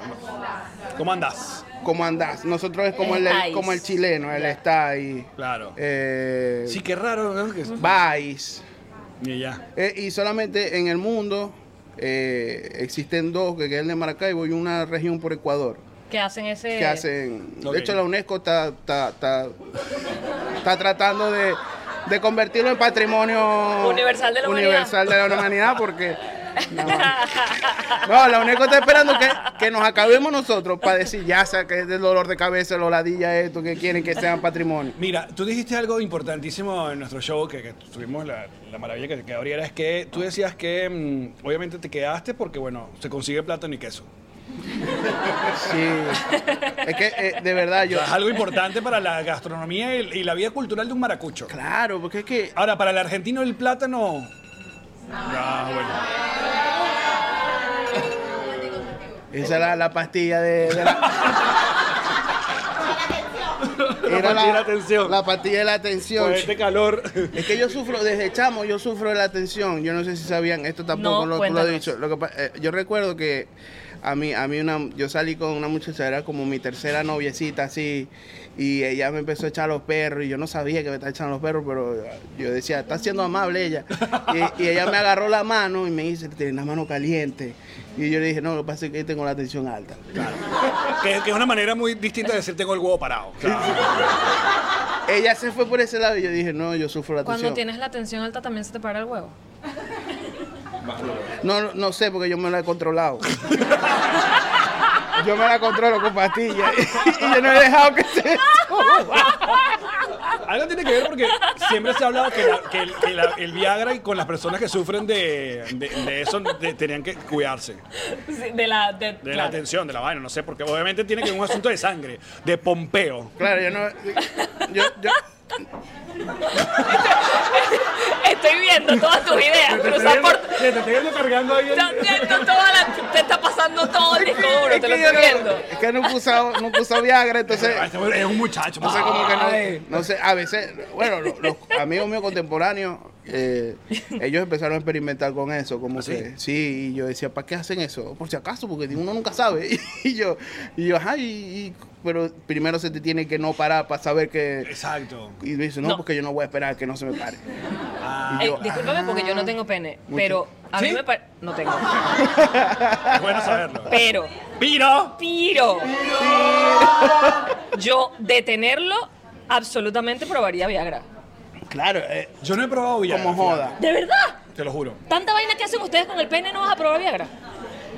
S2: ¿Cómo andás?
S8: cómo andás. Nosotros es como el, el- como el chileno, el está ahí.
S2: Claro.
S8: Eh,
S2: Sí, qué raro, ¿no? Que-
S8: vais.
S2: Y ya.
S8: Eh, y solamente en el mundo eh, existen dos, que es el de Maracaibo y una región por Ecuador,
S7: Que hacen ese.
S8: que hacen...
S2: ok.
S8: De hecho, la UNESCO está, está, está, está tratando de, de convertirlo en patrimonio
S3: Universal de la humanidad.
S8: universal de la humanidad porque... No, la única está esperando que, que nos acabemos nosotros para decir ya sea que es del dolor de cabeza, lo ladilla esto, que quieren que sean patrimonio.
S2: Mira, tú dijiste algo importantísimo en nuestro show que, que tuvimos la, la maravilla que te quedó es que tú decías que mm, obviamente te quedaste porque, bueno, se consigue plátano y queso.
S8: Sí. Es que eh, de verdad
S2: O
S8: yo.
S2: sea, es algo importante para la gastronomía y, y la vida cultural de un maracucho.
S8: Claro, porque es que
S2: Ahora, para el argentino el plátano... Ah, bueno.
S8: esa era la pastilla de, de la. Era
S2: pastilla de la tensión.
S8: La pastilla de la tensión.
S2: Con este calor...
S8: Es que yo sufro, desde chamo, yo sufro de la tensión. Yo no sé si sabían, esto
S7: No,
S8: tampoco lo, tú lo he
S7: cuéntanos.
S8: dicho. Lo que pa- eh, yo recuerdo que a mí, a mí una, yo salí con una muchacha, era como mi tercera noviecita así, y ella me empezó a echar los perros, y yo no sabía que me estaba echando los perros, pero yo decía, está siendo amable ella. Y, y ella me agarró la mano y me dice, tienes la mano caliente. Y yo le dije, no, lo que pasa es que tengo la tensión alta.
S2: que, que es una manera muy distinta de decir tengo el huevo parado.
S8: Ella se fue por ese lado y yo dije, no, yo sufro la
S7: Cuando
S8: tensión.
S7: tienes la tensión alta también se te para el huevo.
S8: No, no, no sé, porque yo me la he controlado. yo me la controlo con pastillas. y yo no he dejado que se suba.
S2: Algo tiene que ver porque siempre se ha hablado que, la- que el, que la- el Viagra y con las personas que sufren de, de- de eso de- tenían que cuidarse.
S3: Sí, de la. De,
S2: De la
S3: claro.
S2: tensión, de la vaina, no sé, porque obviamente tiene que ver un asunto de sangre, de pompeo.
S8: Claro, yo no. Yo, yo,
S3: Estoy viendo todas tus ideas, pero está por.
S2: Te estoy viendo cargando ahí el-
S3: Está viendo toda la- Te está pasando todo el disco duro, te lo
S8: que yo
S3: estoy
S8: no-
S3: viendo.
S8: es que nunca he usado, nunca he usado Viagra, entonces.
S2: Ah, este Es un muchacho.
S3: Ah.
S8: No sé cómo que
S2: Ay.
S8: no. No sé, a veces, bueno, lo- los, amigos míos contemporáneos, eh, ellos empezaron a experimentar con eso, como que sí, y yo decía, ¿para qué hacen eso? Por si acaso, porque uno nunca sabe. (laughs) Y yo, y yo, ajá, y- y- pero primero se te tiene que no parar para saber que.
S2: Exacto.
S8: Y me dice, no, porque yo no voy a esperar que no se me pare.
S3: Ah. Ey, discúlpame porque yo no tengo pene, pero a mí
S2: ¿Sí?
S3: me parece. No tengo.
S2: Es bueno saberlo.
S3: Pero.
S2: ¡Piro!
S3: Piro. Yo detenerlo, absolutamente probaría Viagra.
S8: Claro, eh,
S2: Yo no he probado Viagra.
S8: como joda.
S3: ¿De verdad?
S2: fíjate, Te lo juro.
S3: Tanta vaina que hacen ustedes con el pene no vas a probar Viagra.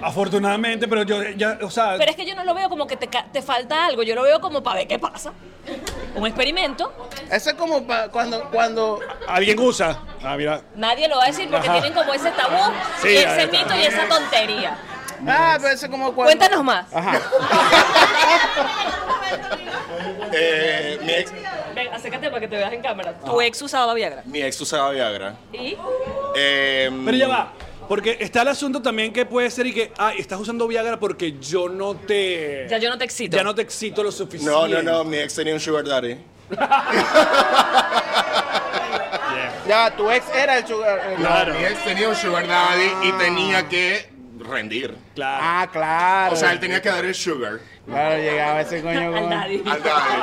S2: Afortunadamente, pero yo ya, o sea,
S3: Pero es que yo no lo veo como que te, ca- te falta algo, yo lo veo como para ver qué pasa. Un experimento.
S8: Eso es como pa- cuando, cuando
S2: alguien usa. Ah, mira.
S3: Nadie lo va a decir porque
S2: Ajá.
S3: tienen como ese tabú
S2: Sí, ahí
S3: y ese
S2: está.
S3: mito y esa tontería.
S8: Ah, pero eso es como cuando.
S3: Cuéntanos más.
S4: Eh, mi, ex,
S3: Ven, acércate para que te veas en cámara. Tu ex usaba Viagra.
S4: mi ex usaba Viagra.
S3: ¿Y?
S4: Eh,
S2: Pero ya va. Porque está el asunto también que puede ser y que, ay, estás usando Viagra porque yo no te.
S3: Ya yo no te excito.
S2: Ya no te excito lo suficiente.
S4: No, no, no, mi ex tenía un sugar daddy.
S8: Ya, tu ex era el sugar. eh,
S2: Claro,
S4: Mi ex tenía un sugar daddy y tenía que rendir.
S2: claro.
S8: Ah, claro.
S4: O sea, él tenía que dar el sugar
S8: claro, llegaba ese
S3: (laughs)
S8: coño
S3: Al
S8: con.
S3: nadie.
S4: al daddy.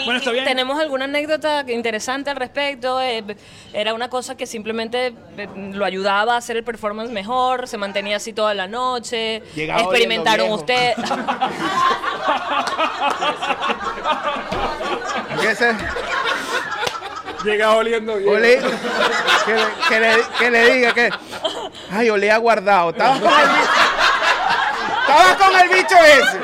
S3: Y-
S2: Bueno, está
S3: y
S2: bien.
S3: ¿Tenemos alguna anécdota que- interesante al respecto? Eh, b- era una cosa que simplemente eh, lo ayudaba a hacer el performance mejor, se mantenía así toda la noche.
S8: Llegaba
S3: experimentaron
S8: oliendo
S3: ustedes. (laughs)
S8: (laughs) viejo. Que ese-
S2: (laughs) Llega oliendo bien.
S8: Olé, que, le, que le- que le diga que. Ay, olé aguardado. Estaba con el bicho. Estaba con el bicho ese.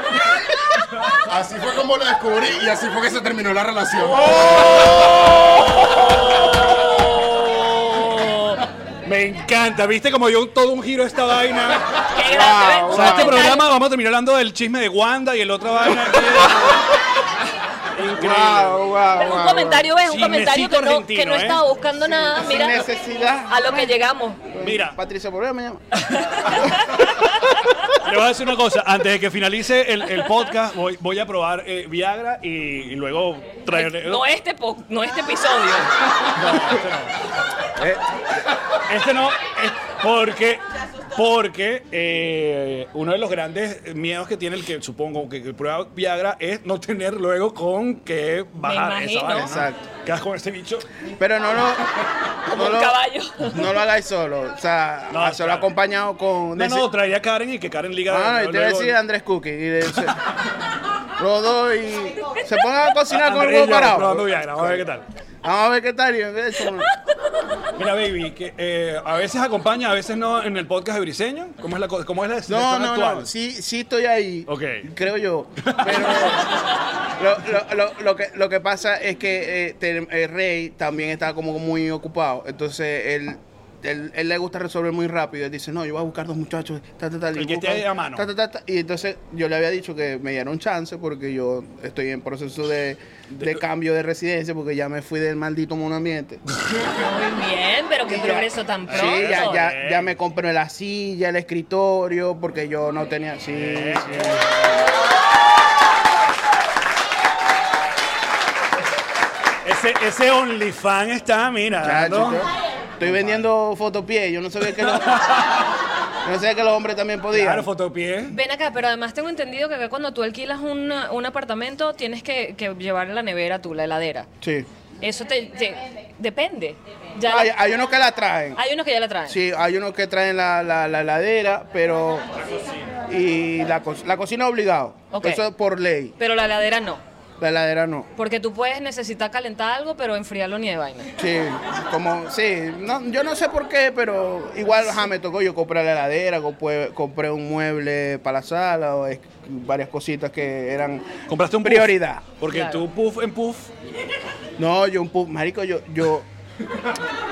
S4: Así fue como lo descubrí y así fue que se terminó la relación.
S2: Me encanta, viste como dio un- todo un giro a esta vaina.
S3: Qué grande,
S2: O
S3: ¿ves?
S2: sea, este programa vamos a terminar hablando del chisme de Wanda y el otra
S4: (laughs)
S2: vaina. Increíble.
S8: Wow, wow,
S3: Pero
S8: wow.
S3: un comentario, ¿ves? Un
S2: Chismecito
S3: comentario que no, que
S2: argentino,
S3: no
S2: ¿eh?
S3: estaba buscando nada.
S8: Sin
S3: Mira
S8: necesidad.
S3: a lo que llegamos.
S2: Mira,
S8: Patricia, ¿por qué me llama?
S2: le voy a decir una cosa. Antes de que finalice el, el podcast, voy, voy a probar eh, Viagra y, y luego traerle.
S3: No este, po- no este episodio.
S2: Este no, es- porque, porque eh, uno de los grandes miedos que tiene el que supongo que, que prueba Viagra es no tener luego con que bajar esa
S3: imagino.
S2: vaina.
S8: Exacto.
S2: Quedas con este bicho.
S8: Pero no lo.
S3: Como un caballo.
S8: No lo hagáis solo. O sea, ah,
S2: No,
S8: solo
S2: claro.
S8: acompañado con.
S2: No, no, traería a Karen y que Karen liga.
S8: Ah, y te voy a
S2: luego-
S8: decir Andrés Cookie. Y le dice, los dos y se pongan a cocinar con el
S2: Ah, Andrés y
S8: huevo
S2: yo probando
S8: parado.
S2: Viagra, vamos a ver qué tal.
S8: Vamos a ver qué tal. Y en vez de-
S2: Mira, baby, que eh, a veces acompaña, a veces no en el podcast de Briseño. ¿Cómo es la, co- cómo es la
S8: No,
S2: situación
S8: no,
S2: actual?
S8: no. Sí, sí estoy ahí.
S2: Ok.
S8: Creo yo. Pero lo, lo- lo- lo que, lo que pasa es que eh, te- el Rey también está como muy ocupado. Entonces él. Él, él le gusta resolver muy rápido. Él dice, no, yo voy a buscar dos muchachos. ta, ta, ta, y
S2: El que
S8: busca-
S2: esté a mano.
S8: ta, ta, ta, ta. Y entonces yo le había dicho que me dieron chance porque yo estoy en proceso de, de cambio de residencia porque ya me fui del maldito monambiente.
S3: Muy bien, pero qué progreso tan pronto.
S8: Sí, ya,
S2: bien.
S8: ya, ya me compré la silla, el escritorio, porque yo no tenía. Sí, sí.
S2: Ese, ese OnlyFans está, mira.
S8: Chacho,
S2: dando-
S8: yo Estoy vendiendo fotopié. Yo no sabía que los, yo no sabía que los hombres también podían.
S2: Claro, fotopié.
S3: Ven acá, pero además tengo entendido que acá cuando tú alquilas una- un apartamento tienes que, que llevar la nevera tú, la heladera.
S8: sí.
S3: Eso te, te- depende. Ya
S8: Hay,
S3: la-
S8: hay unos que la traen.
S3: hay unos que ya la traen.
S8: Ah, Sí, hay unos que traen la, la, la heladera, pero. Y la, co- la cocina obligado.
S3: Ok.
S8: Eso es por ley.
S3: Pero la heladera no.
S8: La heladera no.
S3: Porque tú puedes necesitar calentar algo, pero enfriarlo ni de vaina.
S8: Sí, como, sí, no, yo no sé por qué, pero igual ajá, me tocó, yo compré la heladera, compré, compré un mueble para la sala, o es- varias cositas que eran
S2: Compraste un puff.
S8: prioridad.
S2: Porque
S3: Claro.
S2: tú puff en puff.
S8: No, yo un pu- marico, yo, yo,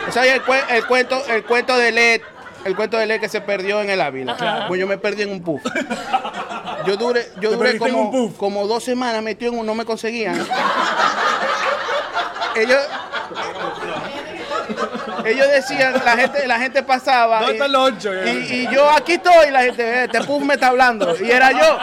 S8: o sea, el, cue- el cuento, el cuento de Led, el cuento de Led que se perdió en el Ávila, pues yo me perdí en un puff. Yo duré, yo
S2: Te
S8: duré
S2: perdiste en
S8: como,
S2: un puff.
S8: como dos semanas metido en uno, no me conseguían. Ellos, ellos decían, la gente, la gente pasaba.
S2: ¿Dónde
S8: y-
S2: está el loncho?
S8: y, y yo aquí estoy, la gente, este puff me está hablando. Y era yo.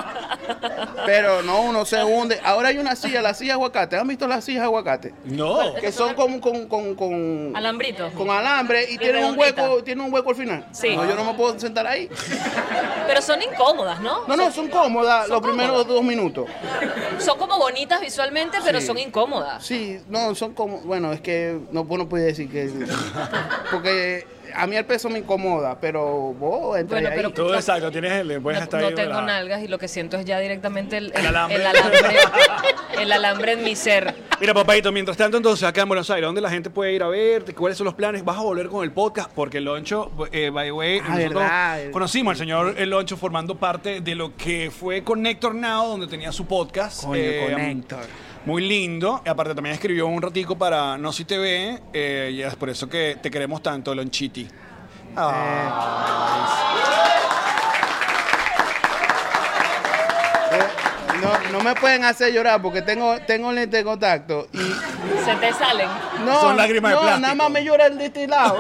S8: Pero no, uno se hunde. Ahora hay una silla, la silla aguacate. ¿Han visto las sillas aguacate?
S2: No.
S8: Que son como con, con, con,
S3: Alambrito.
S8: con alambre y tienen un
S3: redondita.
S8: hueco, tienen un hueco al final.
S3: Sí.
S8: No, yo no me puedo sentar ahí.
S3: Pero son incómodas, ¿no?
S8: No, no, son cómodas
S3: Son
S8: los primeros dos minutos.
S3: Son como bonitas visualmente, pero son incómodas.
S8: Sí, no, son como, bueno, es que no, vos no puedes decir que, porque a mí el peso me incomoda, pero vos entras
S3: Bueno,
S8: ahí.
S3: pero
S2: Tú exacto, tienes el. Puedes
S3: No,
S2: estar
S3: no
S2: ahí
S3: tengo
S2: relajado.
S3: nalgas y lo que siento es ya directamente el,
S2: El alambre.
S3: el alambre, el alambre en mi ser.
S2: Mira, papadito, mientras tanto, entonces, acá en Buenos Aires, ¿dónde la gente puede ir a verte? ¿Cuáles son los planes? ¿Vas a volver con el podcast? Porque el Loncho, eh, by the way,
S8: Ah, verdad.
S2: conocimos al señor El Loncho formando parte de lo que fue Connector Now, donde tenía su podcast. Eh,
S8: Coño, Connector.
S2: Muy lindo. Y aparte también escribió un ratico para No Si TV, eh, y es por eso que te queremos tanto, Lonchiti. Ah,
S8: Eh, No, no me pueden hacer llorar porque tengo, tengo lente de contacto y
S3: Se te salen.
S8: no,
S2: Son lágrimas de
S8: no,
S2: plástico.
S8: nada más me llora
S2: (laughs)
S8: el destilado.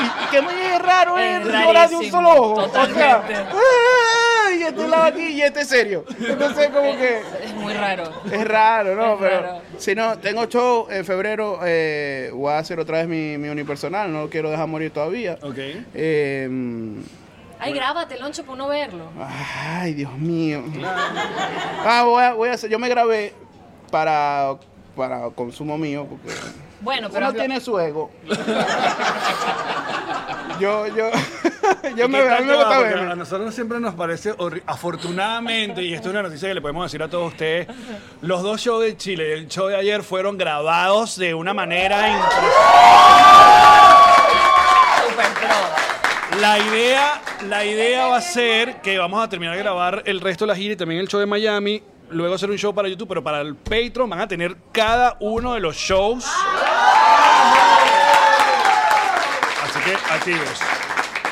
S8: y, y que muy raro es
S3: Es
S8: llorar de un
S3: rarísimo,
S8: solo ojo. O sea,
S3: totalmente.
S8: ¡ah! y este lado aquí y este serio. Entonces como que
S3: Es muy raro.
S8: es raro, ¿no?
S3: Es
S8: Pero
S3: raro.
S8: si no, tengo show en febrero, eh, voy a hacer otra vez mi, mi unipersonal, no lo quiero dejar morir todavía.
S2: ok.
S8: Eh,
S3: Ay, grábate, Loncho, para uno verlo.
S8: Ay, Dios mío. Ah, voy a, voy a hacer. Yo me grabé para, para consumo mío porque
S3: (laughs) Bueno, pero
S8: uno tiene su ego. Yo, yo, yo me,
S2: Aquí está
S8: a mí me
S2: todo,
S8: gusta
S2: porque
S8: verme.
S2: A nosotros siempre nos parece horri- Afortunadamente, y esto es una noticia que le podemos decir a todos ustedes, los dos shows de Chile, el show de ayer, fueron grabados de una manera impresionante. La idea, la idea va a ser que vamos a terminar de grabar el resto de la gira y también el show de Miami. Luego hacer un show para YouTube, pero para el Patreon van a tener cada uno de los shows. Así que activos.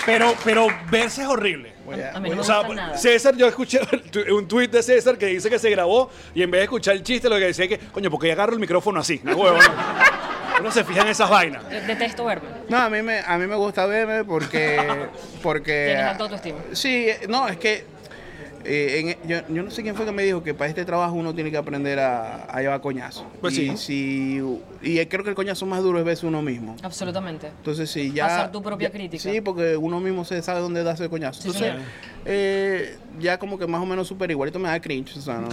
S2: Pero, pero verse es horrible.
S3: A mí no me
S2: O sea,
S3: gusta nada.
S2: César, yo escuché el tu- un tuit de César que dice que se grabó y en vez de escuchar el chiste, lo que decía es que, coño, porque agarro el micrófono así. No, huevo,
S3: (laughs)
S2: no. Uno se fija en esas vainas.
S3: Yo detesto verme.
S8: No, a mí me, a mí me gusta verme porque. porque
S3: Tienes alta autoestima.
S8: Sí, eh, no, es que. eh, en- yo, yo no sé quién fue que me dijo que para este trabajo uno tiene que aprender a, a llevar coñazo.
S2: Pues sí.
S8: y, si- y creo que el coñazo más duro es verse uno mismo.
S3: Absolutamente.
S8: Entonces, sí, ya.
S3: Hacer tu propia
S8: ya-
S3: crítica.
S8: Sí, porque uno mismo se sabe dónde darse el coñazo.
S3: Sí,
S8: Entonces,
S3: señor.
S8: eh, ya como que más o menos súper igualito me da cringe. O
S3: (laughs)
S8: sea, no.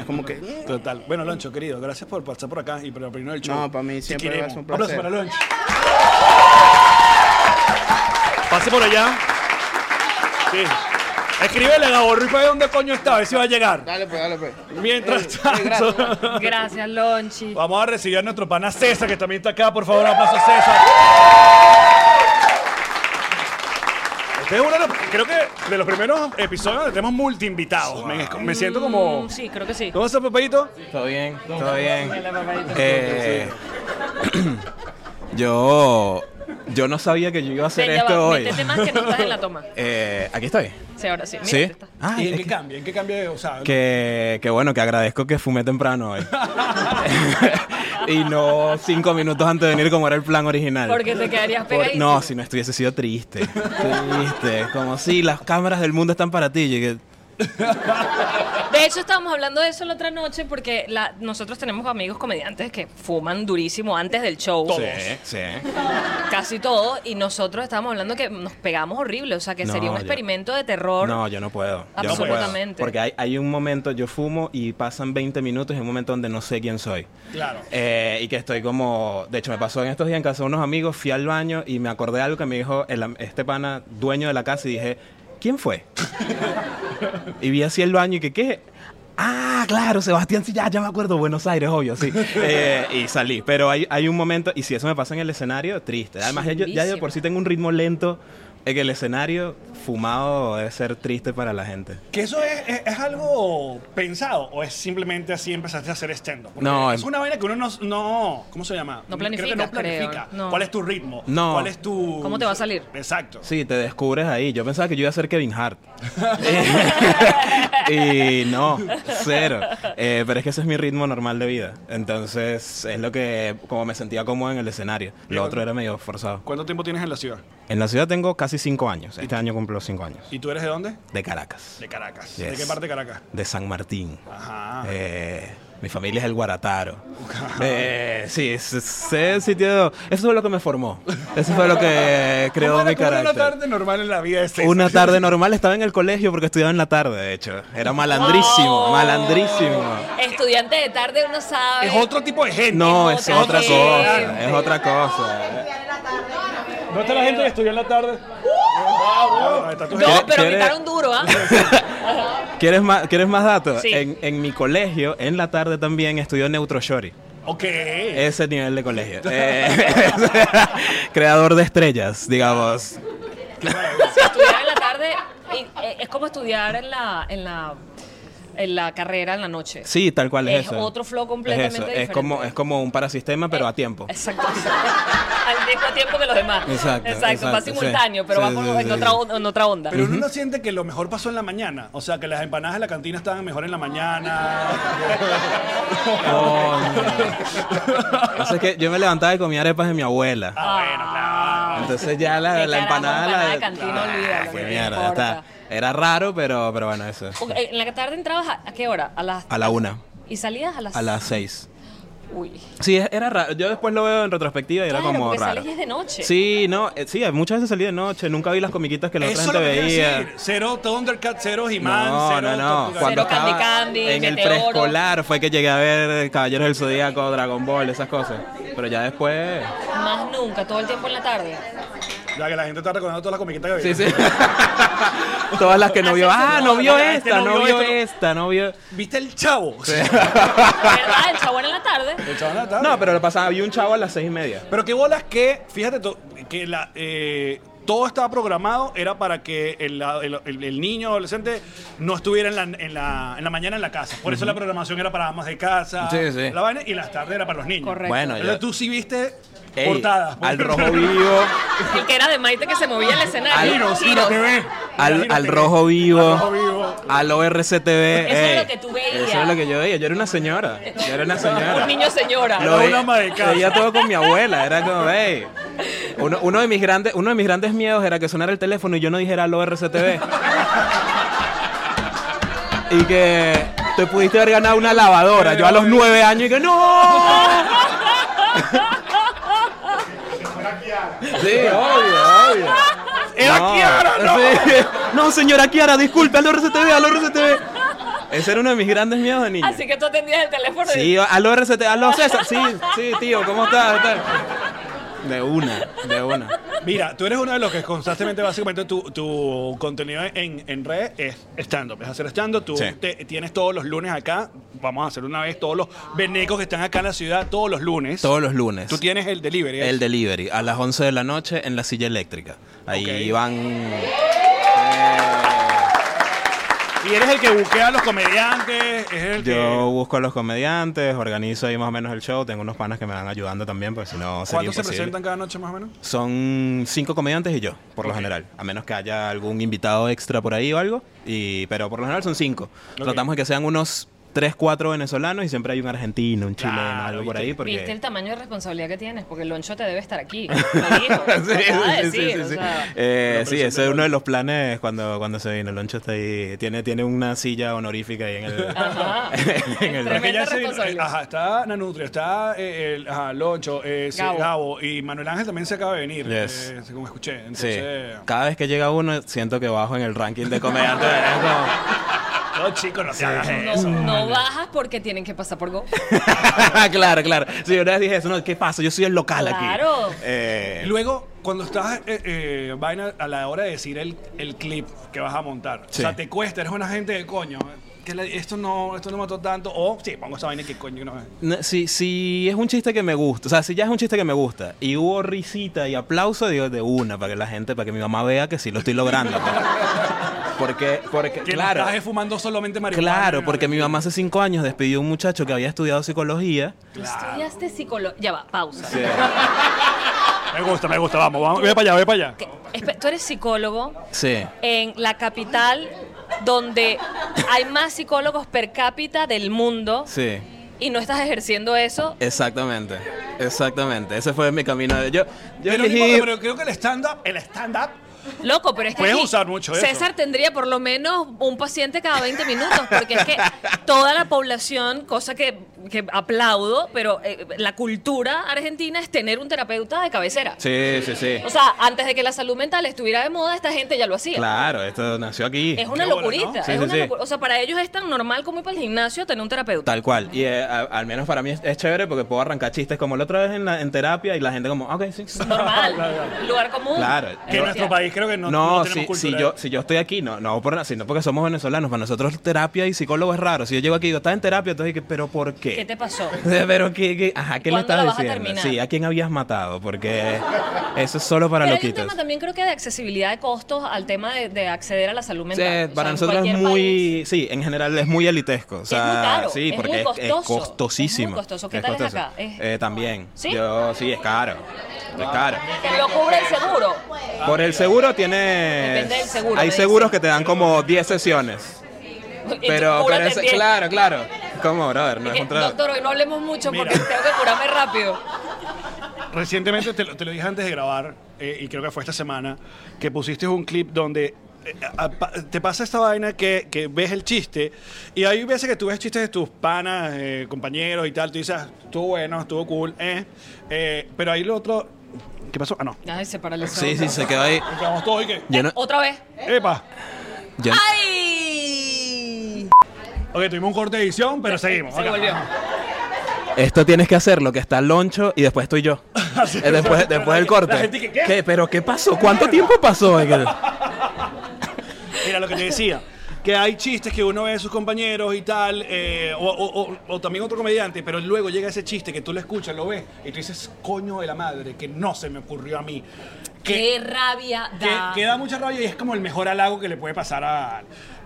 S8: es como que. mm,
S2: Total. Bueno, Loncho, querido, gracias por pasar por acá y por primero el show.
S8: No, para mí
S2: Te
S8: siempre
S2: queremos.
S8: es un placer.
S2: Aplauso para Loncho. Pase por allá. Sí. Escríbele a Gabo Ruiz para ver dónde coño está, a ver si va a llegar.
S8: Dale, pues, dale, pues.
S2: Mientras
S8: Ey, ey,
S2: tanto,
S8: gracias.
S3: Gracias, Lonchi.
S2: vamos a recibir a nuestro pana César, que también está acá. Por favor, un aplauso a César. Este es uno de los, creo que de los primeros episodios donde tenemos multiinvitados. Me, me siento como...
S3: Mm, Sí, creo que sí.
S2: ¿Cómo estás, papayito?
S9: Todo bien, todo bien. Eh, yo, yo no sabía que yo iba a hacer
S3: Ven, ya
S9: esto
S3: va,
S9: hoy.
S3: métete más que no estás en la toma.
S9: Eh, aquí estoy.
S3: Sí, ahora sí. Mira,
S9: (laughs) ¿Sí?
S3: te está-
S9: Ah,
S2: ¿Y en
S9: es
S2: qué
S9: que-
S2: cambia? ¿En qué cambia? O sea,
S9: que, que bueno, que agradezco que fumé
S3: (laughs)
S9: temprano hoy. y no cinco minutos antes de venir como era el plan original.
S3: Porque te quedarías
S9: Por-
S3: pegadísimo.
S9: no, si no estuviese sido triste. Triste. Como si las cámaras del mundo están para ti. Yo que-
S3: De hecho, estábamos hablando de eso la otra noche porque la- nosotros tenemos amigos comediantes que fuman durísimo antes del show.
S9: Sí, sí.
S3: Casi todo. Y nosotros estábamos hablando que nos pegamos horrible. O sea, que
S9: No,
S3: sería un
S9: yo-
S3: experimento de terror.
S9: No, yo no puedo. Yo no puedo.
S3: Absolutamente.
S9: Porque hay, hay un momento, yo fumo y pasan 20 minutos, es un momento donde no sé quién soy.
S2: Claro.
S9: Eh, y que estoy como, de hecho me pasó en estos días en casa de unos amigos, fui al baño y me acordé de algo que me dijo el am- este pana, dueño de la casa, y dije, ¿quién fue? y vi así el baño y que, ¿qué? Ah, claro, Sebastián, sí, ya, ya me acuerdo, Buenos Aires, obvio, sí. Eh, y salí, pero hay, hay un momento, y si eso me pasa en el escenario, triste. Además, ya, yo- ya de por sí tengo un ritmo lento. En el escenario, fumado debe ser triste para la gente.
S2: Que eso es, es- es algo pensado o es simplemente así empezaste a hacer stand-up. Porque
S9: No,
S2: es
S9: em-
S2: una vaina que uno no, no- ¿cómo se llama?
S3: No
S2: Creo que
S3: planifica,
S2: no planifica.
S3: creo, no.
S2: ¿Cuál es tu ritmo?
S9: No.
S2: ¿Cuál es tu
S3: ¿Cómo te va a salir?
S2: Exacto.
S9: Sí, te descubres ahí. Yo pensaba que yo iba a ser Kevin Hart. (laughs) y no, cero. Eh, pero es que ese es mi ritmo normal de vida. Entonces, es lo que, como me sentía cómodo en el escenario. Lo otro era medio forzado.
S2: ¿Cuánto tiempo tienes en la ciudad?
S9: En la ciudad tengo casi cinco años. Este año cumplo cinco años.
S2: ¿Y tú eres de dónde?
S9: De Caracas.
S2: De Caracas.
S9: Yes.
S2: ¿De qué parte de Caracas?
S9: De San Martín.
S2: Ajá.
S9: Eh, mi familia es el Guarataro. Eh, sí, es- es el sitio. Eso fue lo que me formó. Eso fue lo
S2: (laughs)
S9: que
S2: ¿Cómo
S9: creó
S2: era-
S9: mi
S2: cómo era
S9: carácter.
S2: una tarde normal en la vida de César?
S9: Una tarde normal estaba en el colegio porque estudiaba en la tarde, de hecho.
S3: Oh.
S9: Era malandrísimo, malandrísimo.
S3: Estudiante de tarde, uno sabe.
S2: Es otro tipo de gente.
S9: No, es
S3: otra
S9: otra cosa,
S3: gente.
S9: es otra cosa.
S2: ¿No está la gente que estudió en la tarde? No, está tu
S3: No,
S2: gente.
S9: ¿Quieres-
S3: pero
S9: quieres-
S3: quitaron duro,
S9: (laughs)
S3: ¿ah?
S9: ¿Quieres más, ¿quieres más datos?
S3: Sí.
S9: En, en mi colegio, en la tarde también estudió Neutro Shori.
S2: Ok.
S9: Ese nivel de colegio.
S3: (laughs)
S9: Eh, (laughs) creador de estrellas, digamos.
S3: estudiar en la tarde y- eh, es como estudiar en la, en la, en la carrera en la noche.
S9: Sí, tal cual es,
S3: Es
S9: eso.
S3: otro flow
S9: Es
S3: completamente
S9: eso, es
S3: diferente.
S9: como, es como un parasistema, pero a tiempo.
S3: Eh, Exacto. (laughs) Al mismo tiempo que los demás.
S9: Exacto,
S3: va
S9: exacto, sí.
S3: simultáneo, pero
S9: Sí,
S3: va como
S9: sí,
S3: en,
S9: sí,
S3: otra
S9: sí.
S3: onda, en otra onda.
S2: Pero uno no siente que lo mejor pasó en la mañana. O sea, que las empanadas de la cantina estaban mejor en la mañana.
S9: O sea, es que yo me levantaba y comía arepas de mi abuela.
S2: Ah,
S9: Entonces ya la,
S3: Qué
S9: la
S3: carajo,
S9: empanada...
S3: empanada
S9: la-
S3: de cantina,
S9: Ah,
S3: olvídalo,
S9: qué
S3: no
S9: mierda, ya
S3: importa.
S9: está. Era raro, pero, pero bueno, eso.
S3: Porque, eh, En la tarde entrabas a, ¿a qué hora? A las
S9: A la una,
S3: y salías a las
S9: a las seis.
S3: Uy.
S9: Sí, es- era raro. Yo después lo veo en retrospectiva y era
S3: Claro,
S9: como
S3: porque
S9: raro.
S3: sales y es de noche.
S9: Sí, no, eh, sí, muchas veces salí de noche. Nunca vi las comiquitas (laughs) que la otra
S2: Eso es
S9: gente
S2: lo que te iba a
S9: veía.
S2: decir. Cero Thundercat, cero He-Man,
S9: No,
S2: cero
S9: no, no.
S2: Tortuga
S9: Cuando
S3: Cero Candy
S9: estaba
S3: Candy,
S9: en el
S3: Meteoro.
S9: preescolar fue que llegué a ver Caballeros del Zodíaco, Dragon Ball, esas cosas. Pero ya después.
S3: Más nunca, todo el tiempo en la tarde.
S2: Ya que la gente está recordando todas las comiquitas que
S9: Sí,
S2: veía.
S9: sí. (laughs) Todas las que no vio. Ah, no vio
S2: Este
S9: esta,
S2: no
S9: no
S2: vio
S9: vio
S2: esto, no-
S9: esta, no vio.
S2: ¿Viste (laughs) el chavo?
S7: ¿Verdad? El chabón en la tarde.
S2: El chavo en la tarde.
S9: No, pero lo pasaba, había un chavo a las seis y media.
S2: Pero qué bolas que, fíjate, to- que la, eh, todo estaba programado, era para que el, el- el- el niño adolescente no estuviera en la, en, la, en la mañana en la casa. Por eso la programación era para amas de casa,
S9: Sí, sí.
S2: la vaina, y las tardes era para los niños.
S7: Correcto.
S9: Bueno,
S2: Pero
S9: yo-
S2: tú sí viste
S9: Ey,
S2: portadas. pues.
S9: (laughs) Al
S2: (laughs)
S9: rojo vivo.
S7: El que era de Maite que se movía en el
S9: Al,
S7: escenario.
S9: al- al rojo vivo. Al
S7: Eso
S9: ORCTV.
S7: era
S9: ey.
S7: lo que tú veías.
S9: Eso era lo que yo veía. Yo era una señora. Yo era una señora.
S7: Un niño señora.
S9: Lo
S2: Era
S9: veía,
S2: una ama de casa.
S9: veía todo con mi abuela. Era como, "Ey". Uno, uno de mis grandes, uno de mis grandes miedos era que sonara el teléfono y yo no dijera lo RCTV. y que te pudiste haber ganado una lavadora. Yo a los nueve años y que no. Sí, obvio, obvio.
S2: ¡Era Kiara, no!
S9: sí. No, señora Kiara, disculpe, al RCTV, al RCTV. Ese era uno de mis grandes miedos de niño.
S7: Así que tú atendías el teléfono. y-
S9: Sí, aló RCT, aló César. Sí, sí, tío, ¿cómo estás? ¿Qué tal? De una, de una.
S2: Mira, tú eres uno de los que constantemente, básicamente, tu, tu contenido en, en red es stand-up. Es hacer stand-up. Tú
S9: Sí.
S2: te- tienes todos los lunes acá. Vamos a hacer una vez todos los venecos que están acá en la ciudad todos los lunes.
S9: Todos los lunes.
S2: Tú tienes el delivery. ¿eh?
S9: el delivery a las 11 de la noche en la silla eléctrica. Ahí
S2: Ok.
S9: van.
S2: Y eres el que buquea a los comediantes. Es el
S9: Yo
S2: que.
S9: busco a los comediantes, organizo ahí más o menos el show. Tengo unos panas que me van ayudando también, porque si no sería
S2: ¿Cuántos se
S9: imposible.
S2: presentan cada noche más o menos?
S9: Son cinco comediantes y yo, por lo general. A menos que haya algún invitado extra por ahí o algo. Y, pero por lo general son cinco. Tratamos de que sean unos tres, cuatro venezolanos y siempre hay un argentino, un chileno,
S2: Claro,
S9: algo por
S2: ¿viste?
S9: ahí. Porque...
S3: Viste el tamaño de responsabilidad que tienes, porque el loncho te debe estar
S9: (laughs)
S3: aquí. Lo dijo, lo acaba de
S9: sí, sí,
S3: decir,
S9: sí,
S3: o
S9: sí.
S3: sea.
S9: Eh, sí, ese es uno de los planes cuando, cuando se vino. Loncho está ahí. Tiene, tiene una silla honorífica ahí en el.
S3: Ajá.
S9: (laughs) en el-
S3: Tremenda
S2: se-
S3: responsabilidad.
S2: ajá, está Nanutria, está eh, el, ajá, Loncho, eh, sí, Gabo.
S3: Gabo.
S2: y Manuel Ángel también se acaba de venir,
S9: Yes.
S2: eh, como escuché.
S9: Sí.
S2: Entonces,
S9: Cada vez que llega uno, siento que bajo en el ranking de comediantes. Es como-
S2: no, chicos, no se hagas
S3: No,
S2: eso.
S3: no bajas porque tienen que pasar por Go.
S9: (laughs) claro, claro. Sí, una vez dije eso, no, ¿qué pasa? Yo soy el local aquí.
S3: Claro.
S9: Eh,
S2: Luego, cuando estás, eh, eh, vaina, a la hora de decir el, el clip que vas a montar, o sea,
S9: Sí.
S2: te cuesta, eres una gente de coño, que la- esto, no, esto no mató tanto, o sí, pongo esa vaina que coño no es.
S9: no, si, si es un chiste que me gusta, o sea, si ya es un chiste que me gusta y hubo risita y aplauso, digo de una para que la gente, para que mi mamá vea que sí lo estoy logrando. pues. Porque, porque,
S2: Que
S9: claro.
S2: no estás fumando solamente marihuana.
S9: Claro, porque mi mamá hace cinco años despidió a un muchacho que había estudiado psicología.
S3: Estudiaste psicología. Ya va, pausa.
S2: Me gusta, me gusta, vamos, vamos, ve para allá, ve para allá.
S3: Que- espe- Tú eres psicólogo
S9: Sí.
S3: en la capital donde hay más psicólogos per cápita del mundo
S9: Sí.
S3: y no estás ejerciendo eso.
S2: Eh,
S9: Exactamente. Exactamente. Ese fue mi camino. de- Yo, yo
S2: Pero, no
S9: elegí.
S2: importa, pero creo que el stand-up, el stand-up,
S3: Loco, pero es que
S2: Puedes
S3: aquí
S2: usar mucho eso.
S3: César tendría por lo menos un paciente cada 20 minutos, porque es que toda la población, cosa que, que aplaudo, pero eh, la cultura argentina es tener un terapeuta de cabecera.
S9: Sí, sí, sí.
S3: O sea, antes de que la salud mental estuviera de moda, esta gente ya lo hacía.
S9: Claro, esto nació aquí.
S3: Es una
S2: Qué bola,
S3: locurita.
S9: ¿no? Sí,
S3: es
S9: sí,
S3: una
S9: sí.
S3: locu- O sea, para ellos es tan normal como ir para el gimnasio tener un terapeuta.
S9: Tal cual. Y eh, a- al menos para mí es, es chévere porque puedo arrancar chistes como la otra vez en, la, en terapia y la gente como, ok, sí, sí.
S3: Normal. Lugar común.
S9: Claro.
S2: que en nuestro país creo que (laughs) no,
S9: No,
S2: no
S9: si,
S2: tenemos cultura.
S9: si yo, si yo estoy aquí, no, no por, nada, sino porque somos venezolanos. Para nosotros terapia y psicólogo es raro. Si yo llego aquí y digo, estás en terapia, entonces dije, pero ¿por qué?
S3: ¿Qué te pasó?
S9: (laughs) Pero que, que- ajá, ¿qué le
S3: ¿Cuándo
S9: estás
S3: la vas a
S9: diciendo?
S3: terminar?
S9: Sí, ¿a quién habías
S3: (laughs)
S9: matado? Porque eso es solo
S3: Pero
S9: para
S3: hay un
S9: loquitos.
S3: tema también creo que de accesibilidad de costos al tema de, de acceder a la salud
S9: Sí,
S3: mental. O sea,
S9: para
S3: en
S9: nosotros es
S3: cualquier
S9: muy,
S3: país
S9: sí, en general es muy elitesco. O sea,
S3: muy caro,
S9: sí,
S3: es
S9: porque
S3: muy
S9: es, es
S3: costoso,
S9: costosísimo.
S3: es muy costoso. ¿Qué tal es acá? Es-
S9: Eh, también.
S3: ¿Sí?
S9: Yo, sí, es caro. Es caro.
S3: que Lo cubre el seguro.
S9: Por el seguro tiene.
S3: Depende del seguro,
S9: Hay
S3: me
S9: seguros
S3: dice.
S9: que te dan como 10 sesiones. Pero, pero ese- claro, claro. ¿Cómo, brother? No es un trabajo.
S3: Doctor, hoy no hablemos mucho
S2: Mira.
S3: porque tengo que curarme rápido.
S2: Recientemente te lo, te lo dije antes de grabar, eh, y creo que fue esta semana, que pusiste un clip donde eh, a- pa- te pasa esta vaina que, que ves el chiste, y hay veces que tú ves chistes de tus panas, eh, compañeros y tal, tú dices, "Ah, estuvo bueno, estuvo cool, eh, eh, pero ahí lo otro, ¿qué pasó? Ah, no.
S3: Ay, se paralizó. Eh,
S9: Sí, sí, se quedó ahí.
S2: Nos quedamos todos y que,
S9: Yo no.
S3: Otra vez.
S2: ¡epa!
S9: yo-
S3: ¡Ay!
S2: Ok, tuvimos un corte de edición, pero seguimos.
S3: Se
S2: acá.
S3: volvió.
S2: (laughs)
S9: Esto tienes que hacerlo, que está Loncho y después estoy yo.
S2: Así
S9: Eh, Después, después del corte.
S2: Ah, La gente que, ¿qué?
S9: ¿Pero qué pasó? ¿Cuánto tiempo pasó? en el-
S2: Era lo que te decía. Que hay chistes que uno ve de sus compañeros y tal, eh, o, o- o- o también otro comediante, pero luego llega ese chiste que tú lo escuchas, lo ves, y tú dices, coño de la madre, que no se me ocurrió a mí.
S3: Qué
S2: Que,
S3: rabia
S2: que,
S3: da.
S2: que da mucha rabia y es como el mejor halago que le puede pasar a...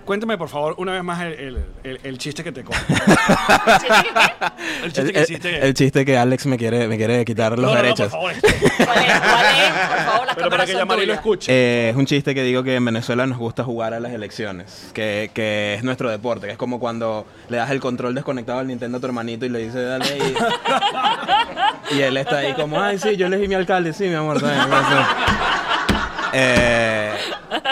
S2: Cuéntame, por favor, una vez más el, el- el- el chiste que te cojo. El chiste
S9: El,
S2: que
S9: el-
S2: hiciste.
S9: el chiste que Alex me quiere, me quiere quitar los
S2: No, no, no,
S9: derechos.
S2: por favor, este.
S3: ¿Cuál es? (laughs) ¿Cuál es? Por favor, las
S2: Pero para
S3: cámaras
S2: que
S3: son
S2: Yamari lo
S3: tuyas.
S2: escuche.
S9: Eh, es un chiste que digo que en Venezuela nos gusta jugar a las elecciones, que, que es nuestro deporte, que es como cuando le das el control desconectado al Nintendo a tu hermanito y le dices, dale.
S3: (laughs)
S9: Y, y él está ahí como, ay, sí, yo elegí mi alcalde, sí, mi amor. está bien, gracias". Eh,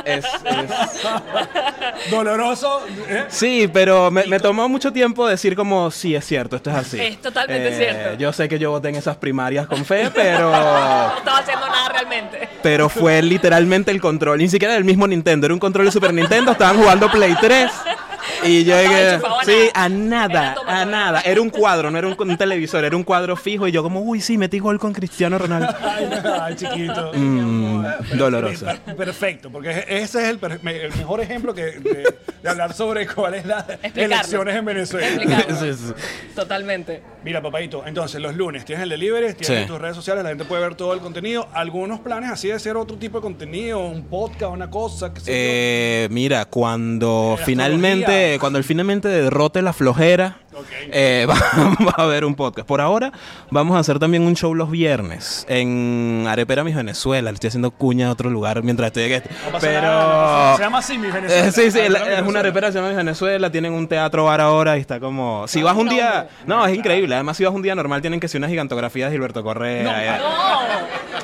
S9: es- es,
S2: Doloroso. ¿eh?
S9: Sí, pero me, me tomó mucho tiempo decir como, sí, es cierto, esto es así. Eh,
S3: Es totalmente cierto.
S9: Yo sé que yo voté en esas primarias con fe, pero...
S3: No estaba haciendo nada realmente.
S9: Pero fue literalmente el control, ni siquiera del mismo Nintendo, era un control de Super Nintendo, estaban jugando Play 3 y yo
S3: No estaba
S9: llegué,
S3: enchufado a
S9: sí,
S3: nada.
S9: a nada,
S3: Era tomadora.
S9: a nada, era un cuadro, no era un, un televisor, era un cuadro fijo y yo como, uy, sí, metí gol con Cristiano Ronaldo.
S2: Ay, ay, chiquito.
S9: Mm, doloroso.
S2: Per- Perfecto, porque ese es el, per- me- el mejor ejemplo que, de, de hablar sobre cuáles son las
S3: Explicarlo.
S2: elecciones en Venezuela.
S3: Explicar.
S9: (laughs) Sí, sí.
S3: Totalmente.
S2: (laughs) Mira, papadito, entonces los lunes tienes el delivery, tienes
S9: Sí.
S2: en tus redes sociales, la gente puede ver todo el contenido. Algunos planes así de hacer otro tipo de contenido, un podcast, una cosa. qué sé yo?
S9: Eh, mira, cuando
S2: Astrología.
S9: finalmente, cuando él finalmente derrote la flojera,
S2: Ok.
S9: eh, (laughs) va, va a haber un podcast. Por ahora, vamos a hacer también un show los viernes en Arepera, mis Venezuela. Le estoy haciendo cuña a otro lugar mientras estoy en este.
S2: No pasa
S9: Pero.
S2: nada, no pasa nada. Se llama así, mi Venezuela.
S9: Eh, sí, sí,
S2: Ah,
S9: la-
S2: no,
S9: es una
S2: Venezuela.
S9: arepera, se llama Mis Venezuela, tienen un teatro bar ahora y está como...
S2: Ah,
S9: Si vas un día... No, es increíble, además si vas un día normal tienen que ser unas gigantografías de Gilberto Correa. eh.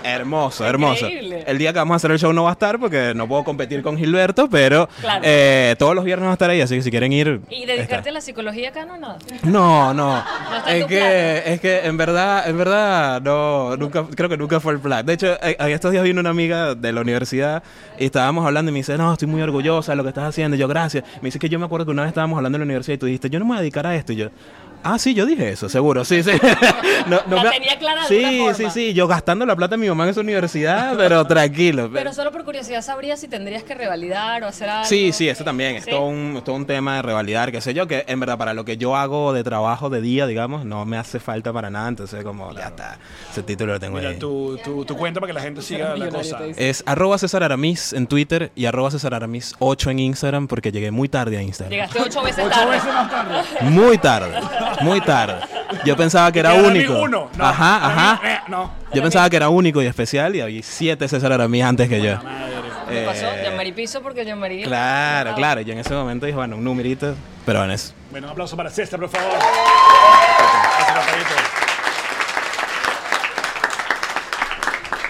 S9: Hermoso, hermoso.
S3: Increíble.
S9: El día que vamos a hacer el show no va a estar porque no puedo competir con Gilberto, pero
S3: Claro.
S9: eh, todos los viernes va a estar ahí, así que si quieren ir...
S3: ¿Y dedicarte
S9: está.
S3: a la psicología acá no nada?
S9: No, no.
S3: está en
S9: es
S3: tu plan.
S9: que, es que en verdad, en verdad, no, nunca, creo que nunca fue el plan. De hecho, eh, ahí estos días vino una amiga de la universidad y estábamos hablando y me dice, no, estoy muy orgullosa de lo que estás haciendo. Y yo, gracias. Me dice que yo me acuerdo que una vez estábamos hablando en la universidad y tú dijiste, yo no me voy a dedicar a esto. Y yo, ah, sí, yo dije eso, seguro, sí, (laughs) sí. no,
S3: La
S9: me-
S3: tenía clara de
S9: Sí,
S3: alguna
S9: sí,
S3: forma.
S9: sí. Yo gastando la plata de mi mamá en esa universidad, pero tranquilo.
S3: Pero solo por curiosidad sabría si tendrías que revalidar o hacer algo.
S9: Sí, sí, eso también. Es
S3: Sí.
S9: todo, un, es todo un tema de revalidar, qué sé yo, que en verdad para lo que yo hago de trabajo de día, digamos, no me hace falta para nada. Entonces, como, ya está. Ese título lo tengo
S2: Mira,
S9: ahí.
S2: tu, tu, tu cuenta para que la gente siga la cosa.
S9: Es arroba César Aramis en Twitter y arroba César Aramis 8 en Instagram porque llegué muy tarde a Instagram.
S3: Llegaste ocho veces tarde.
S9: Muy tarde, muy tarde. Yo pensaba que era
S2: Aramis
S9: único.
S2: uno, no.
S9: Ajá, ajá.
S2: Aramis, eh, no.
S9: Yo pensaba que era único y especial y había siete César Aramis antes que yo.
S3: ¿Qué pasó?
S9: Eh,
S3: Jean-Marie Piso porque Jean-Marie...
S9: Claro, claro. Yo en ese momento dije, bueno, un numerito, pero bueno, eso.
S2: Bueno, un aplauso para César, por favor. Gracias, papadito.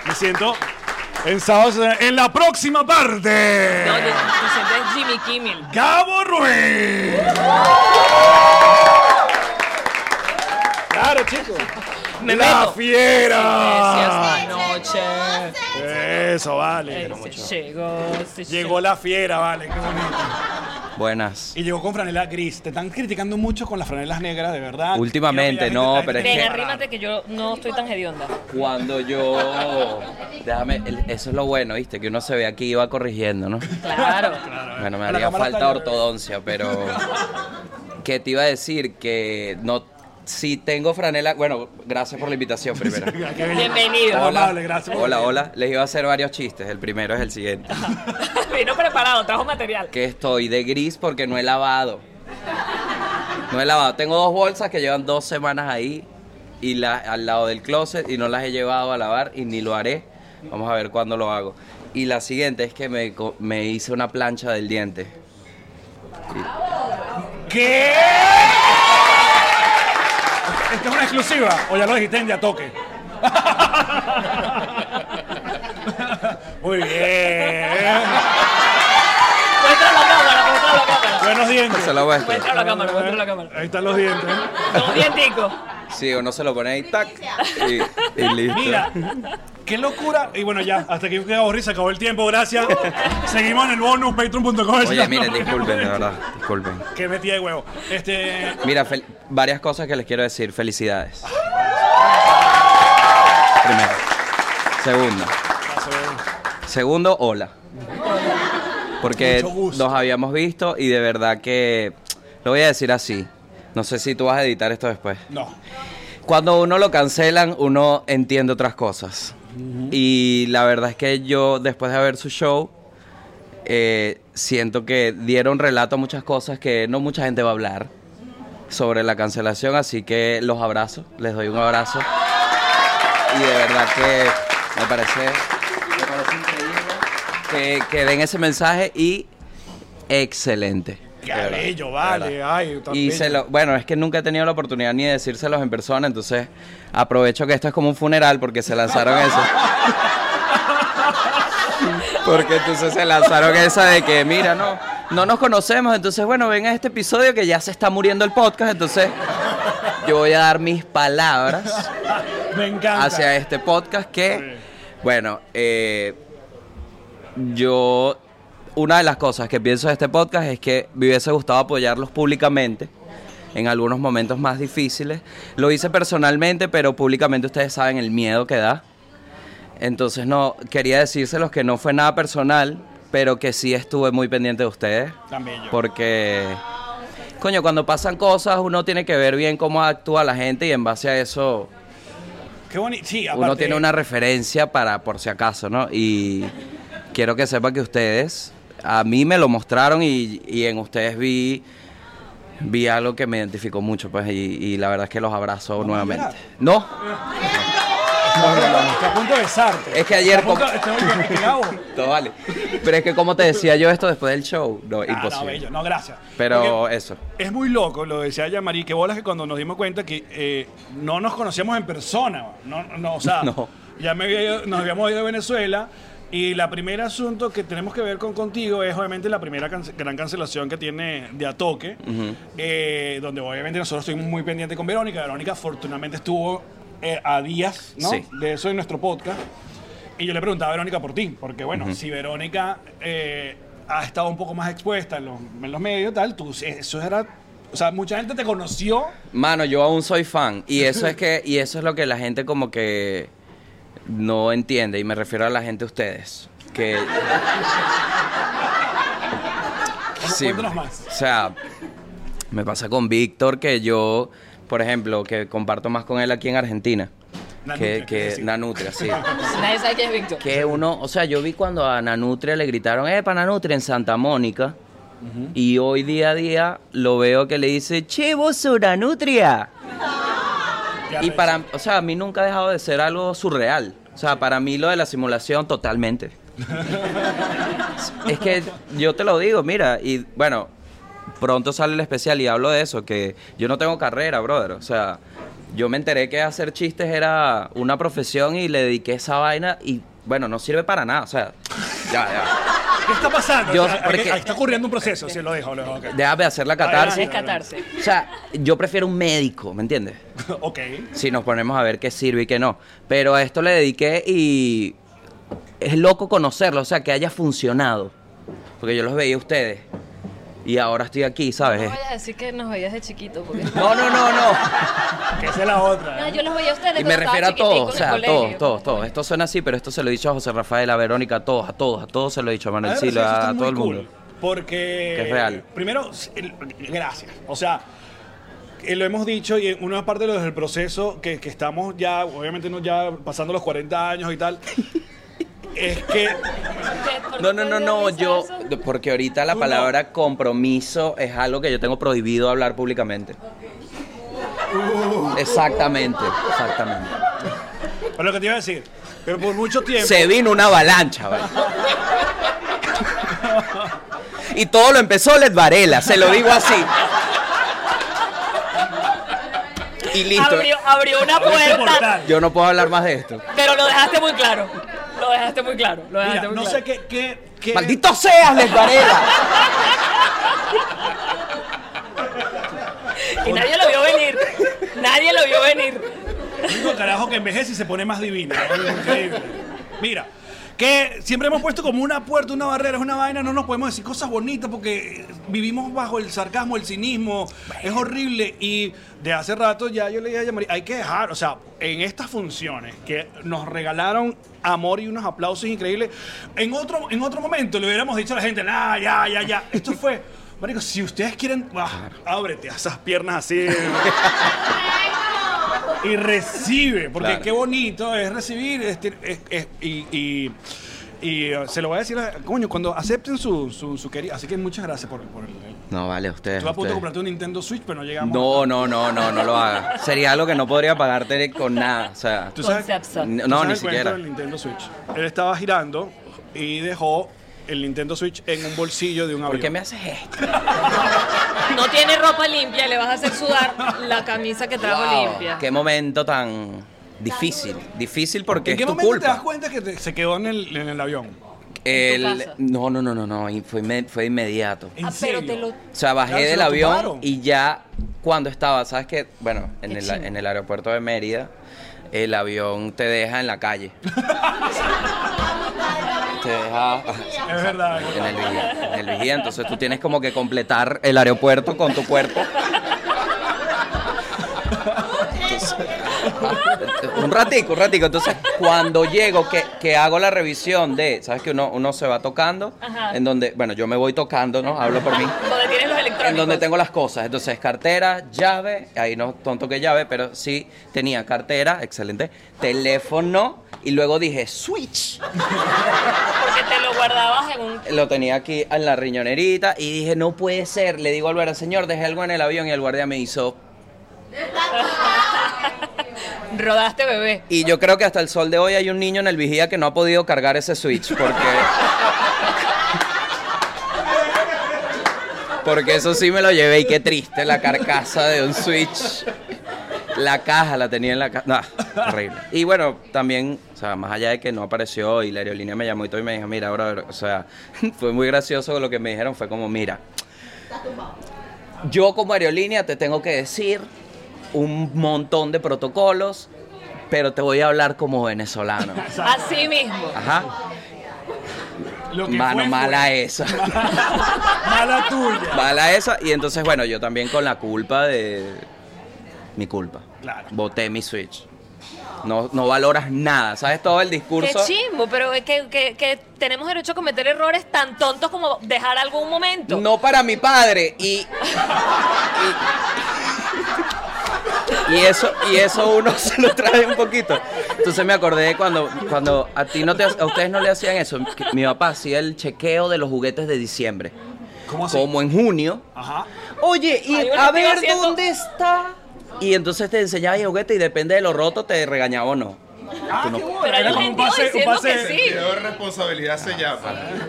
S2: Me siento en sábados en la próxima parte.
S3: No, yo- tú siempre es Jimmy Kimmel.
S2: Gabo Ruiz. Claro, chicos.
S3: Me
S2: la
S3: meto.
S2: fiera.
S3: Gracias, noche.
S2: Eso, vale.
S3: Llegó, se
S2: Llegó la fiera, vale. Qué bonito.
S10: Buenas.
S2: Y llegó con franela gris. Te están criticando mucho con las franelas negras, de verdad.
S10: Últimamente,
S2: Quiero que la
S10: no,
S2: gente-
S10: pero es
S2: la
S3: Ven,
S10: que-
S2: gente-
S3: arrímate que yo no estoy tan hedionda.
S10: Cuando yo. Déjame. el- Eso es lo bueno, ¿viste? Que uno se ve aquí y va corrigiendo, ¿no?
S3: Claro.
S10: Bueno, me
S2: A la
S10: haría
S2: cámara
S10: falta
S2: está-
S10: ortodoncia, pero. Que te iba a decir que no. Si tengo franela. Bueno, gracias por la invitación primero.
S2: Qué bello.
S3: Bienvenido.
S2: Hola. (laughs) Amable, gracias por
S10: Hola,
S2: venir.
S10: hola. Les iba a hacer varios chistes. El primero es el siguiente.
S3: (laughs) Vino preparado, trajo material.
S10: Que estoy de gris porque no he lavado. No he lavado. Tengo dos bolsas que llevan dos semanas ahí y la- al lado del closet y no las he llevado a lavar y ni lo haré. Vamos a ver cuándo lo hago. Y la siguiente es que me, co- me hice una plancha del diente.
S2: ¿Qué? Esta es una exclusiva. O ya lo dijiste en ya toque. (laughs) Muy bien.
S3: Muestra la cámara, muestra la cámara.
S2: Buenos dientes.
S10: Se lo muestro.
S3: Muestra la cámara, muestra la cámara.
S2: Ahí están los dientes.
S3: Dos dienticos.
S10: Sí, uno se lo pone ahí, tac, y, y listo.
S2: Mira, qué locura. Y bueno, ya, hasta aquí queda aburrir, se acabó el tiempo, gracias. Seguimos en el bonus, patreon.com.
S10: Oye, miren, disculpen, de verdad, disculpen.
S2: Qué metida de huevo.
S10: (laughs)
S2: Este,
S10: Mira, fel- varias cosas que les quiero decir. Felicidades. Primero. Segundo. Segundo, hola. Porque nos habíamos visto y de verdad que. Lo voy a decir así. No sé si tú vas a editar esto después.
S11: No.
S10: Cuando uno lo cancelan, uno entiende otras cosas. Y la verdad es que yo, después de ver su show, eh, siento que dieron relato a muchas cosas que no mucha gente va a hablar sobre la cancelación. Así que los abrazo, les doy un abrazo. Y de verdad que me parece, me parece increíble que, que den ese mensaje y excelente.
S2: Qué
S10: De verdad.
S2: bello, vale. ah, Ay, tan
S10: Y
S2: bello.
S10: se lo, bueno, es que nunca he tenido la oportunidad ni de decírselos en persona, entonces aprovecho que esto es como un funeral porque se lanzaron eso. porque entonces se lanzaron esa de que, mira, no, no nos conocemos, entonces bueno, ven a este episodio que ya se está muriendo el podcast, entonces yo voy a dar mis palabras
S2: Me encanta.
S10: hacia este podcast que, bueno, eh, yo, una de las cosas que pienso de este podcast es que me hubiese gustado apoyarlos públicamente en algunos momentos más difíciles. Lo hice personalmente, pero públicamente ustedes saben el miedo que da. Entonces no, quería decírselos que no fue nada personal, pero que sí estuve muy pendiente de ustedes.
S11: Tan
S10: pues,
S11: bello.
S10: Porque, coño, cuando pasan cosas uno tiene que ver bien cómo actúa la gente y en base a eso
S2: Qué bonito. Sí,
S10: uno
S2: aparte-
S10: tiene una referencia para por si acaso, ¿no? Y quiero que sepan que ustedes a mí me lo mostraron y, y en ustedes vi vi algo que me identificó mucho, pues, y, y la verdad es que los abrazo nuevamente. No,
S2: Está a punto de besarte.
S10: Es que ayer
S2: Está a punto-
S10: com-
S2: está muy bien,
S10: (laughs)
S2: Ah, pegado.
S10: todo vale. Pero es que como te decía yo esto después del show, no,
S2: Ah, no,
S10: imposible.
S2: bello. No, gracias.
S10: Pero
S2: Porque
S10: eso.
S2: Es muy loco, lo decía Yamari, que bolas que cuando nos dimos cuenta que eh, no nos conocíamos en persona. No, no, o sea,
S10: (laughs) No.
S2: ya me había ido- nos habíamos ido a Venezuela. Y la primer asunto que tenemos que ver con contigo es obviamente la primera cance- gran cancelación que tiene de Atoque, eh, donde obviamente nosotros estuvimos muy pendientes con Verónica. Verónica afortunadamente estuvo eh, a días ¿no?
S10: Sí.
S2: de eso en nuestro podcast. Y yo le preguntaba a Verónica por ti, porque bueno, si Verónica eh, ha estado un poco más expuesta en los, en los medios, tal, tú, eso era. O sea, mucha gente te conoció.
S10: Mano, yo aún soy fan
S2: (laughs)
S10: y eso es que y eso es lo que la gente como que no entiende y me refiero a la gente ustedes
S2: (laughs)
S10: que Sí,
S2: Cuéntanos más.
S10: o sea, me pasa con Víctor que yo, por ejemplo, que comparto más con él aquí en Argentina.
S2: Nanutria,
S10: que
S2: quiere
S10: que
S2: decir. (laughs)
S10: Nanutria, sí.
S3: Nadie sabe quién es Víctor.
S10: que uno, o sea, yo vi cuando a Nanutria le gritaron, eh, para Nanutria en Santa Mónica. Y hoy día a día lo veo que le dice, che, vos sos Nanutria.
S2: Ya
S10: Y
S2: te-
S10: para, o sea, a mí nunca ha dejado de ser algo surreal. O sea, para mí lo de la simulación totalmente. es que yo te lo digo, mira, y bueno, pronto sale el especial y hablo de eso, que yo no tengo carrera, brother. O sea, yo me enteré que hacer chistes era una profesión y le dediqué esa vaina y bueno, no sirve para nada, o sea, ya, ya.
S2: ¿Qué está pasando?
S10: Yo-
S2: O sea, aquí-
S10: porque-
S2: ahí está ocurriendo un proceso, si lo dejo, lo dejo. ok.
S10: Déjame hacer la catarsis.
S3: Es catarse.
S10: O sea, yo prefiero un médico, ¿me entiendes?
S2: (laughs) ok.
S10: si nos ponemos a ver qué sirve y qué no. Pero a esto le dediqué y es loco conocerlo, o sea, que haya funcionado. Porque yo los veía a ustedes y ahora estoy aquí, ¿sabes?
S7: No vayas a decir que nos veías de chiquito, porque...
S10: No, no, no, no.
S2: Que esa es la otra.
S7: No,
S2: ¿eh?
S7: yo los veía a ustedes
S10: Y me
S7: cuando estaba
S10: refiero a
S7: chiquitico
S10: todos, o
S7: en el
S10: sea, a
S7: colegio.
S10: todos, todos, todos. Esto suena así, pero esto se lo he dicho a José Rafael, a Verónica, a todos, a todos, a todos se lo he dicho, a Manuel
S2: Además,
S10: Silva,
S2: eso está
S10: a
S2: muy
S10: todo el
S2: cool,
S10: mundo.
S2: Porque.
S10: Que es real.
S2: Primero, el- gracias. O sea. eh, lo hemos dicho y en una parte de lo del proceso que, que estamos ya, obviamente no ya pasando los 40 años y tal,
S7: (laughs)
S2: es que
S10: No, no, no, no, yo, porque ahorita la palabra compromiso es algo que yo tengo prohibido hablar públicamente. Exactamente, exactamente.
S2: Pero lo que te iba a decir, pero por mucho tiempo.
S10: se vino una avalancha, ¿vale? Y todo lo empezó Led Varela, se lo digo así. Y listo.
S3: Abrió, abrió una
S2: Abre ese
S3: puerta,
S2: este portal.
S10: Yo no puedo hablar más de esto.
S3: pero lo dejaste muy claro. Lo dejaste muy claro. Lo dejaste
S2: Mira,
S3: muy
S2: no
S3: claro.
S2: sé qué. qué, qué-
S10: ¡Maldito seas, Led Varela!
S3: Y nadie lo vio venir. Nadie lo vio venir.
S2: único carajo que envejece y se pone más divino. ¿no? Increíble. Mira, que siempre hemos puesto como una puerta, una barrera, una vaina, no nos podemos decir cosas bonitas porque vivimos bajo el sarcasmo, el cinismo, es horrible y de hace rato ya yo le dije a María, hay que dejar, o sea, en estas funciones que nos regalaron amor y unos aplausos increíbles, en otro, en otro momento le hubiéramos dicho a la gente, nah, ya, ya, ya, esto fue, marico, si ustedes quieren, ah, ábrete a esas piernas así. y recibe, porque
S10: Claro.
S2: qué bonito es recibir. este, es- es- y, y- y, eh, se lo voy a decir, a- coño, cuando acepten su, su, su querida. Así que muchas gracias por, por el.
S10: No, vale, ustedes.
S2: Estuve a punto de
S10: ustedes.
S2: comprarte un Nintendo Switch, pero no llegamos.
S10: No, no, no, no, no lo haga. Sería algo que no podría pagarte con nada. O sea,
S2: ¿Tú sabes,
S10: Concepto.
S2: ¿tú sabes
S10: No, ni
S2: el cuento
S10: siquiera.
S2: del Nintendo Switch. Él estaba girando y dejó el Nintendo Switch en un bolsillo de un avión.
S10: ¿por qué me haces esto?
S3: No tiene ropa limpia, le vas a hacer sudar la camisa que trajo
S10: Wow,
S3: limpia.
S10: Qué momento tan difícil. Difícil porque
S2: ¿En qué
S10: es tu
S2: momento te das
S10: culpa.
S2: cuenta que te- se quedó en el, en el avión?
S3: Ah,
S10: El-
S2: casa?
S10: no, no, no, no, no. y Fue, inme- fue inmediato.
S2: ¿En serio?
S10: O sea, bajé
S2: Claro, se
S10: del
S2: lo
S10: avión
S2: tumbaron.
S10: y ya cuando estaba, ¿sabes qué? Bueno, en
S2: Qué
S10: el,
S2: chimbo.
S10: en el aeropuerto de Mérida, el avión te deja en
S2: (laughs)
S10: la calle. te deja
S2: Es verdad.
S10: en el vigía. en el vigía. Entonces tú tienes como que completar el aeropuerto con tu cuerpo. Entonces, un ratico, un ratico. Entonces, cuando llego, que, que hago la revisión de, ¿sabes que uno, uno se va tocando?
S3: Ajá.
S10: En donde, bueno, yo me voy tocando, ¿no? Hablo por mí.
S3: Donde tienes los
S10: En
S3: electrónicos.
S10: donde tengo las cosas. Entonces, cartera, llave. Ahí no tonto que llave, pero sí tenía cartera, excelente. Teléfono. Y luego dije, switch.
S3: Porque te lo guardabas en un.
S10: Lo tenía aquí en la riñonerita. Y dije, no puede ser. Le digo al guardia, señor, dejé algo en el avión. Y el guardia me hizo.
S3: Rodaste bebé.
S10: Y yo creo que hasta el sol de hoy hay un niño en el vigía que no ha podido cargar ese switch. Porque. Porque eso sí me lo llevé. Y qué triste la carcasa de un switch. La caja la tenía en la caja. horrible. Y bueno, también, o sea, más allá de que no apareció y la aerolínea me llamó y todo y me dijo, mira, brother, o sea, (laughs) fue muy gracioso lo que me dijeron, fue como, mira, yo como aerolínea te tengo que decir un montón de protocolos, pero te voy a hablar como
S2: (laughs)
S10: venezolano.
S3: Así mismo.
S10: Ajá.
S2: Lo que
S10: Mano,
S2: fue,
S10: mala
S2: fue. (laughs)
S10: esa.
S2: Mala tuya.
S10: Mala esa. Y entonces, bueno, yo también con la culpa de. Mi culpa.
S2: Claro.
S10: Boté mi Switch. No, no valoras nada. ¿Sabes todo el
S3: Qué
S10: discurso?
S3: chimbo, pero es que, que- que tenemos derecho a cometer errores tan tontos como dejar algún momento.
S10: No para mi padre. Y. Y, y eso, y eso uno (laughs) se lo trae un poquito. Entonces me acordé de cuando, cuando a ti no te, ha- a ustedes no le hacían eso. que Mi papá hacía el chequeo de los juguetes de diciembre.
S2: ¿Cómo así? Ah.
S10: Como en junio.
S2: Ajá.
S10: Oye, y
S3: Hay un
S10: a
S3: estilo
S10: ver
S3: haciendo-
S10: dónde está. Y entonces te enseñaba el juguete y depende de lo roto te regañaba o no.
S2: Ah,
S10: Tú no-
S2: qué bueno.
S3: Pero hay
S2: Era como
S3: gente diciendo que sí.
S4: Sentido de responsabilidad se llama.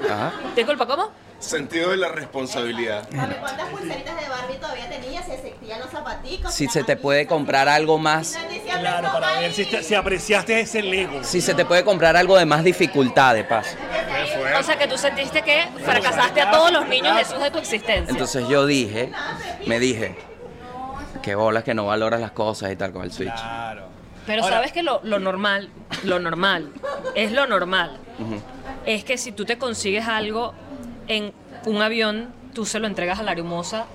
S10: Ajá.
S3: Disculpa, ¿cómo?
S4: Sentido de la responsabilidad.
S12: ¿Cuántas pulseritas de Barbie todavía tenías? Se sentían los zapaticos.
S10: Si se te puede comprar algo más,
S2: Claro, para ver si, te- si apreciaste ese Lego.
S10: si se te puede comprar algo de más dificultad de paso.
S3: O sea, que tú sentiste que fracasaste a todos los niños Jesús de tu existencia.
S10: Entonces yo dije, me dije, qué bolas que no valoras las cosas y tal con el Switch.
S2: Claro.
S3: Pero
S2: Ahora-
S3: sabes que lo, lo normal, lo normal, es lo normal.
S10: Ujú.
S3: Es que si tú te consigues algo en un avión, tú se lo entregas a la hermosa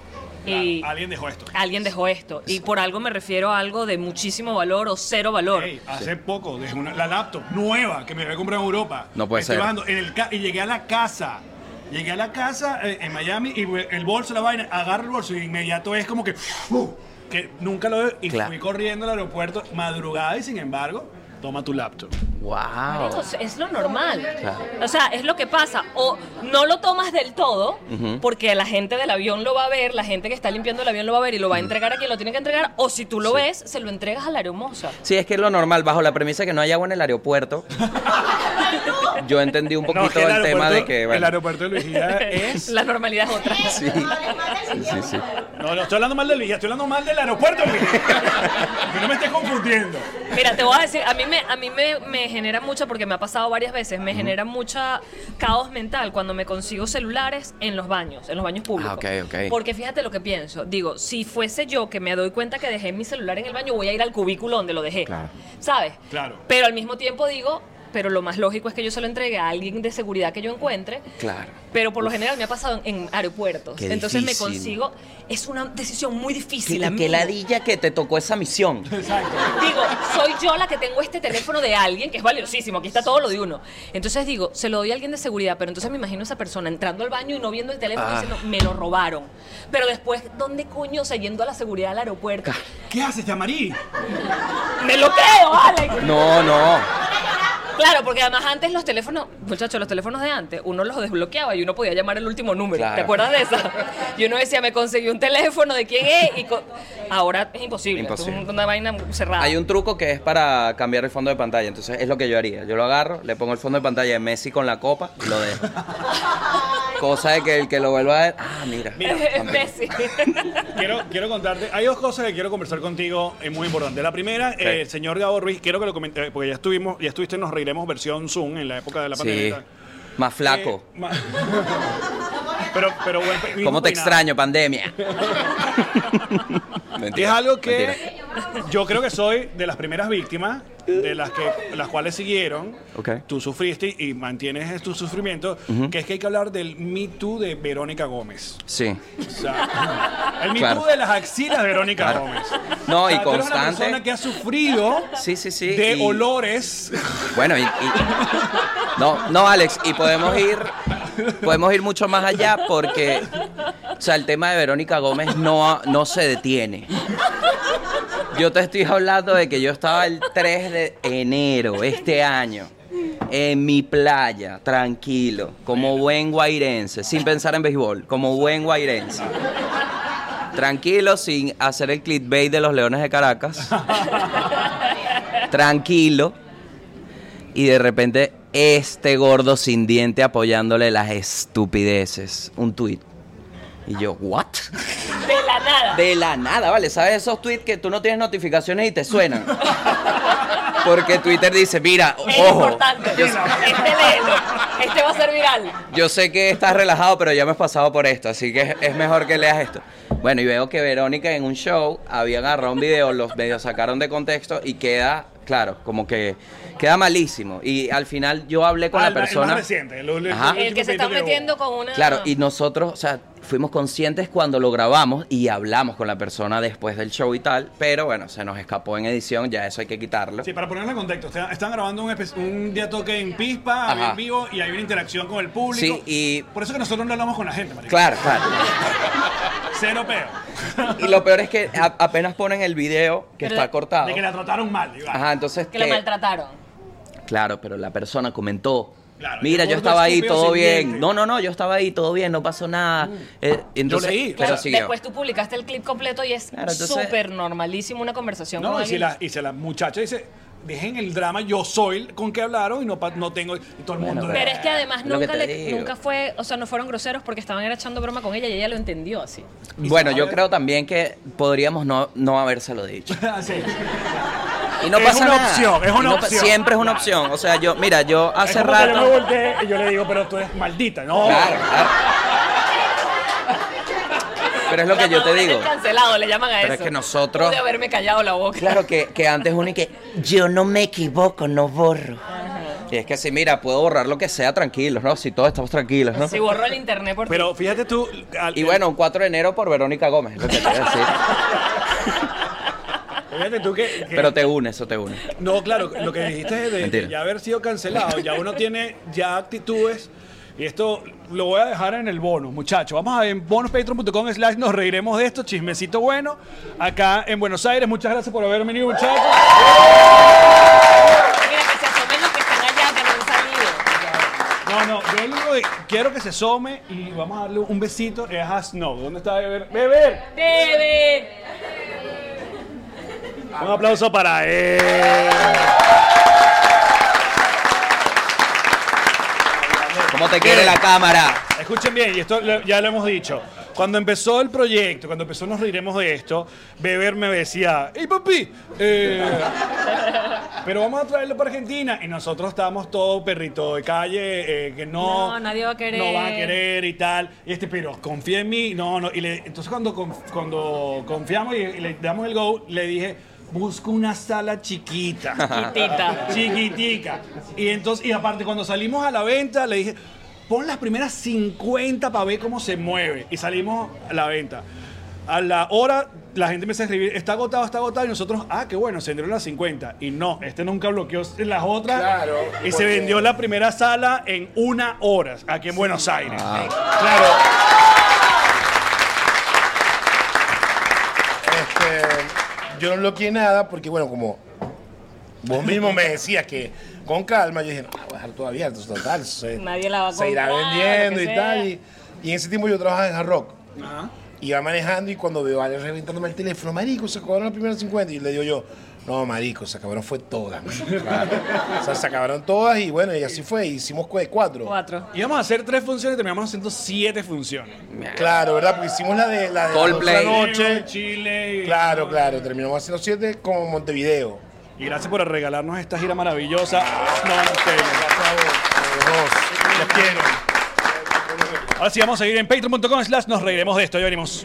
S3: y
S2: Alguien dejó esto.
S3: alguien dejó esto. Y por algo me refiero a algo de muchísimo valor o cero valor.
S2: Ey, hace poco dejé una- la laptop nueva que me había comprado en Europa.
S10: No puede
S2: Estoy
S10: ser.
S2: bajando en el ca- y llegué a la casa. Llegué a la casa eh, en Miami y we- el bolso, la vaina, agarro el bolso y de inmediato es como que. ¡uh! que nunca lo veo. Y
S10: Claro.
S2: fui corriendo al aeropuerto madrugada y sin embargo, toma tu laptop.
S10: Wow.
S3: Marico, es- es lo normal.
S10: Claro.
S3: O sea, es lo que pasa. O no lo tomas del todo,
S10: Ujú.
S3: porque la gente del avión lo va a ver, la gente que está limpiando el avión lo va a ver y lo va a entregar a quien lo tiene que entregar. O si tú lo ves, se lo entregas a la hermosa.
S10: Sí, es que es lo normal, bajo la premisa de que no hay agua en el (laughs) aeropuerto. Yo entendí un poquito el, tema de que.
S2: El
S10: bueno,
S2: aeropuerto de Luigía es.
S3: La normalidad es otra.
S10: sí. sí, sí.
S2: No, no estoy hablando mal de Luigía, estoy hablando mal del aeropuerto de
S10: (laughs)
S2: Luigía. Que no me estés confundiendo.
S3: Mira, te voy a decir, a mí me, a mí me, me genera mucho, porque me ha pasado varias veces, me genera mucha caos mental cuando me consigo celulares en los baños, en los baños públicos.
S10: Ah, ok, ok.
S3: Porque fíjate lo que pienso. Digo, si fuese yo que me doy cuenta que dejé mi celular en el baño, voy a ir al cubículo donde lo dejé.
S10: Claro.
S3: ¿Sabes?
S2: Claro.
S3: Pero al mismo tiempo digo, pero lo más lógico es que yo se lo entregue a alguien de seguridad que yo encuentre.
S10: Claro.
S3: Pero por lo general me ha pasado en, en aeropuertos.
S10: Qué
S3: Entonces
S10: difícil.
S3: me consigo. Es una decisión muy difícil.
S10: Que, que
S3: amigo.
S10: ladilla que te tocó esa misión.
S3: Digo, soy yo la que tengo este teléfono de alguien, que es valiosísimo, aquí está todo lo de uno. Entonces digo, se lo doy a alguien de seguridad, pero entonces me imagino a esa persona entrando al baño y no viendo el teléfono
S10: Ah.
S3: diciendo, me lo robaron. Pero después, ¿dónde coño? O sea, yendo a la seguridad del aeropuerto.
S2: ¿Qué haces, Yamarí?
S3: ¡Me lo creo, Alex!
S10: No, no.
S3: Claro, porque además antes los teléfonos, muchachos, los teléfonos de antes, uno los desbloqueaba y uno podía llamar el último número.
S10: Claro.
S3: ¿Te acuerdas de esa? Y uno decía, me conseguí un teléfono, ¿de quién es? Y co- ahora es imposible. esto es
S10: Imposible.
S3: una vaina cerrada.
S10: Hay un truco que es para cambiar el fondo de pantalla. Entonces es lo que yo haría. Yo lo agarro, le pongo el fondo de pantalla de Messi con la copa y lo (laughs) dejo. Cosa de que el que lo vuelva a ver. Ah, mira.
S3: (laughs) Es
S10: Amigo.
S3: Messi. (laughs)
S2: Quiero, quiero contarte, hay dos cosas que quiero conversar contigo, es muy importante. La primera, eh, el señor Gabo Ruiz, quiero que lo comente, eh, porque ya estuvimos, ya estuviste en Nos Reiremos versión Zoom en la época de la pandemia.
S10: Sí.
S2: y tal.
S10: Más flaco.
S2: Eh, ma- (laughs) pero, pero pues, buen pe-
S10: ¿Cómo
S2: peinado.
S10: te extraño, (laughs) pandemia?
S2: Es
S10: Mentira,
S2: algo que
S10: mentira.
S2: yo creo que soy de las primeras víctimas, de las que las cuales siguieron.
S10: Ok.
S2: Tú sufriste y mantienes tu sufrimiento,
S10: Ujú.
S2: que es que hay que hablar del Me Too de Verónica Gómez.
S10: Sí.
S2: O sea, el Me
S10: Claro.
S2: Too de las axilas de Verónica
S10: Claro.
S2: Gómez.
S10: No,
S2: O
S10: y
S2: sea, tú eres una persona
S10: constante.
S2: que ha sufrido
S10: Sí, sí, sí.
S2: de
S10: y-
S2: olores.
S10: Bueno, y, y- no, no, Alex, y podemos ir, podemos ir mucho más allá porque, o sea, el tema de Verónica Gómez no, no se detiene. Yo te estoy hablando de que yo estaba el 3 de enero este año en mi playa, tranquilo, como buen guairense, sin pensar en béisbol, como buen guairense. Tranquilo, sin hacer el clickbait de los Leones de Caracas. Tranquilo. Y de repente, este gordo sin diente apoyándole las estupideces. Un tuit. Y yo, ¿what?
S3: De la nada.
S10: De la nada, ¿vale? ¿Sabes esos tweets que tú no tienes notificaciones y te suenan? Porque Twitter dice, mira,
S3: (laughs) Es
S10: ojo,
S3: importante. Este léelo. Este va a ser viral.
S10: yo sé que estás relajado, pero ya me has pasado por esto, así que es- es mejor que leas esto. Bueno, y veo que Verónica en un show había agarrado un video, los medios sacaron de contexto y queda, claro, como que queda malísimo. Y al final yo hablé con
S2: Ah,
S10: la
S2: el más- el
S10: persona.
S2: más reciente, el- el-
S10: Ajá.
S3: El que se está
S2: Yo creo que
S3: metiendo con una.
S10: Claro, y nosotros, o sea, fuimos conscientes cuando lo grabamos y hablamos con la persona después del show y tal, pero bueno, se nos escapó en edición, ya eso hay que quitarlo.
S2: Sí, para ponerlo en contexto, está- están grabando un, espe- un día toque en Pispa,
S10: Ajá.
S2: en vivo, y hay una interacción con el público.
S10: Sí, y
S2: Por eso que nosotros no hablamos con la gente, marico.
S10: claro, claro.
S2: Cero peo.
S10: Y lo peor es que a- apenas ponen el video que
S3: Pero
S10: está
S3: de-
S10: cortado.
S2: De que la trataron mal, digo, ah,
S10: Ajá, entonces
S3: Que la
S10: que-
S3: maltrataron.
S10: Claro, pero la persona comentó.
S2: Claro,
S10: Mira,
S2: el
S10: yo
S2: gordo
S10: estaba ahí
S2: estúpido
S10: todo
S2: sin
S10: bien.
S2: dientes. Mm.
S10: No, no, no, yo estaba ahí todo bien, no pasó nada. Eh, entonces,
S2: leí.
S10: pero
S3: Claro,
S10: siguió.
S3: después tú publicaste el clip completo y es
S10: Claro, entonces-
S3: súper normalísimo una conversación
S2: No,
S3: con
S2: y si,
S3: alguien.
S2: la, y si la muchacha dice, dejen el drama, yo soy el con que hablaron y no, pa- no tengo. Y todo el
S10: Bueno,
S2: mundo.
S3: Pero es que además
S10: Es lo que
S3: nunca,
S10: te
S3: le-
S10: digo.
S3: nunca fue, o sea, no fueron groseros porque estaban era echando broma con ella y ella lo entendió así.
S10: Bueno, yo creo también que podríamos no, no habérselo dicho.
S2: (laughs) Sí.
S10: Y no
S2: Es
S10: pasa
S2: una
S10: nada.
S2: opción, es
S10: Y
S2: una
S10: no pa-
S2: opción.
S10: Siempre es una opción. O sea, yo, mira, yo hace
S2: Es como que
S10: rato.
S2: Yo me volteé y yo le digo, pero tú eres maldita. No.
S10: Claro, claro. Pero es lo que yo te
S3: Llamadores
S10: digo.
S3: del cancelado, le llaman a
S10: Pero
S3: eso.
S10: es que nosotros-
S3: Pude haberme callado la boca.
S10: Claro que, que antes uno y que yo no me equivoco, no borro. Y es que sí, mira, puedo borrar lo que sea tranquilos, ¿no? Si todos estamos tranquilos, ¿no?
S3: Si borró el internet por
S2: Pero fíjate tú. al-
S10: Y bueno, un 4 de enero por Verónica Gómez, es lo que te voy a decir.
S2: Fíjate tú que. que-
S10: Pero te une, eso te une.
S2: No, claro, lo que dijiste de,
S10: Mentira.
S2: de ya haber sido cancelado, ya uno tiene ya actitudes. Y esto lo voy a dejar en el bonus, muchachos. Vamos a en bonuspatreon.com slash nos reiremos de esto, chismecito bueno, acá en Buenos Aires. Muchas gracias por haber venido, muchachos.
S3: Mira, que se asomen los que están allá, que no
S2: No, no,
S3: han salido.
S2: yo lo único que quiero que se some y vamos a darle un besito es a Snow. ¿Dónde está Beber? ¡Beber!
S3: Debe.
S2: Un aplauso para él.
S10: ¿Cómo te quiere
S2: Bien.
S10: la cámara?
S2: Escuchen bien, y esto lo- ya lo hemos dicho. Cuando empezó el proyecto, cuando empezó Nos Riremos de Esto, Beber me decía, ¡Ey, papi! eh, pero vamos a traerlo para Argentina. Y nosotros estábamos todo perrito de calle, eh, que no...
S3: No, nadie va a querer.
S2: No van a querer y tal. Y este, pero confía en mí. No, no. Y le- entonces cuando, conf- cuando confiamos y, y le damos el go, le dije... busco una sala chiquita.
S7: Chiquitita.
S2: Chiquitica. Y entonces, y aparte, cuando salimos a la venta, le dije, pon las primeras 50 para ver cómo se mueve. Y salimos a la venta. A la hora, la gente empieza a escribir, está agotado, está agotado. Y nosotros, ah, qué bueno, se vendieron las 50. Y no, este nunca bloqueó las otras.
S4: Claro,
S2: Y se
S4: porque-
S2: vendió la primera sala en una hora, aquí en Buenos Aires.
S4: Ah.
S2: Claro.
S4: Este, yo no bloqueé nada porque, bueno, como vos mismo me decías que con calma, yo dije, no, voy a dejar todo abierto, total. Se,
S7: (laughs) Nadie la va a
S4: se irá
S7: comprar,
S4: vendiendo
S7: lo
S4: y
S7: que
S4: tal.
S7: sea.
S4: Y, y en ese tiempo yo trabajaba en Hard Rock. Iba manejando y cuando veo a alguien reventándome el teléfono, marico, se acabaron las primeras 50. Y le digo yo, no, marico, se acabaron fue todas.
S7: (laughs)
S4: O sea, se acabaron todas y bueno, y así fue. Hicimos cu- cuatro.
S7: Cuatro.
S2: Íbamos a hacer tres funciones y terminamos haciendo siete funciones.
S4: Claro, ¿verdad? Porque hicimos la de la de las doce de
S10: Coldplay.
S4: la noche.
S2: Chile.
S4: Claro, claro. Terminamos haciendo siete como Montevideo.
S2: Y gracias por regalarnos esta gira maravillosa.
S4: Ah.
S2: No, no, ustedes.
S4: Los quiero.
S2: Ahora sí vamos a ir en patreon.com slash nos reiremos de esto. Ya venimos.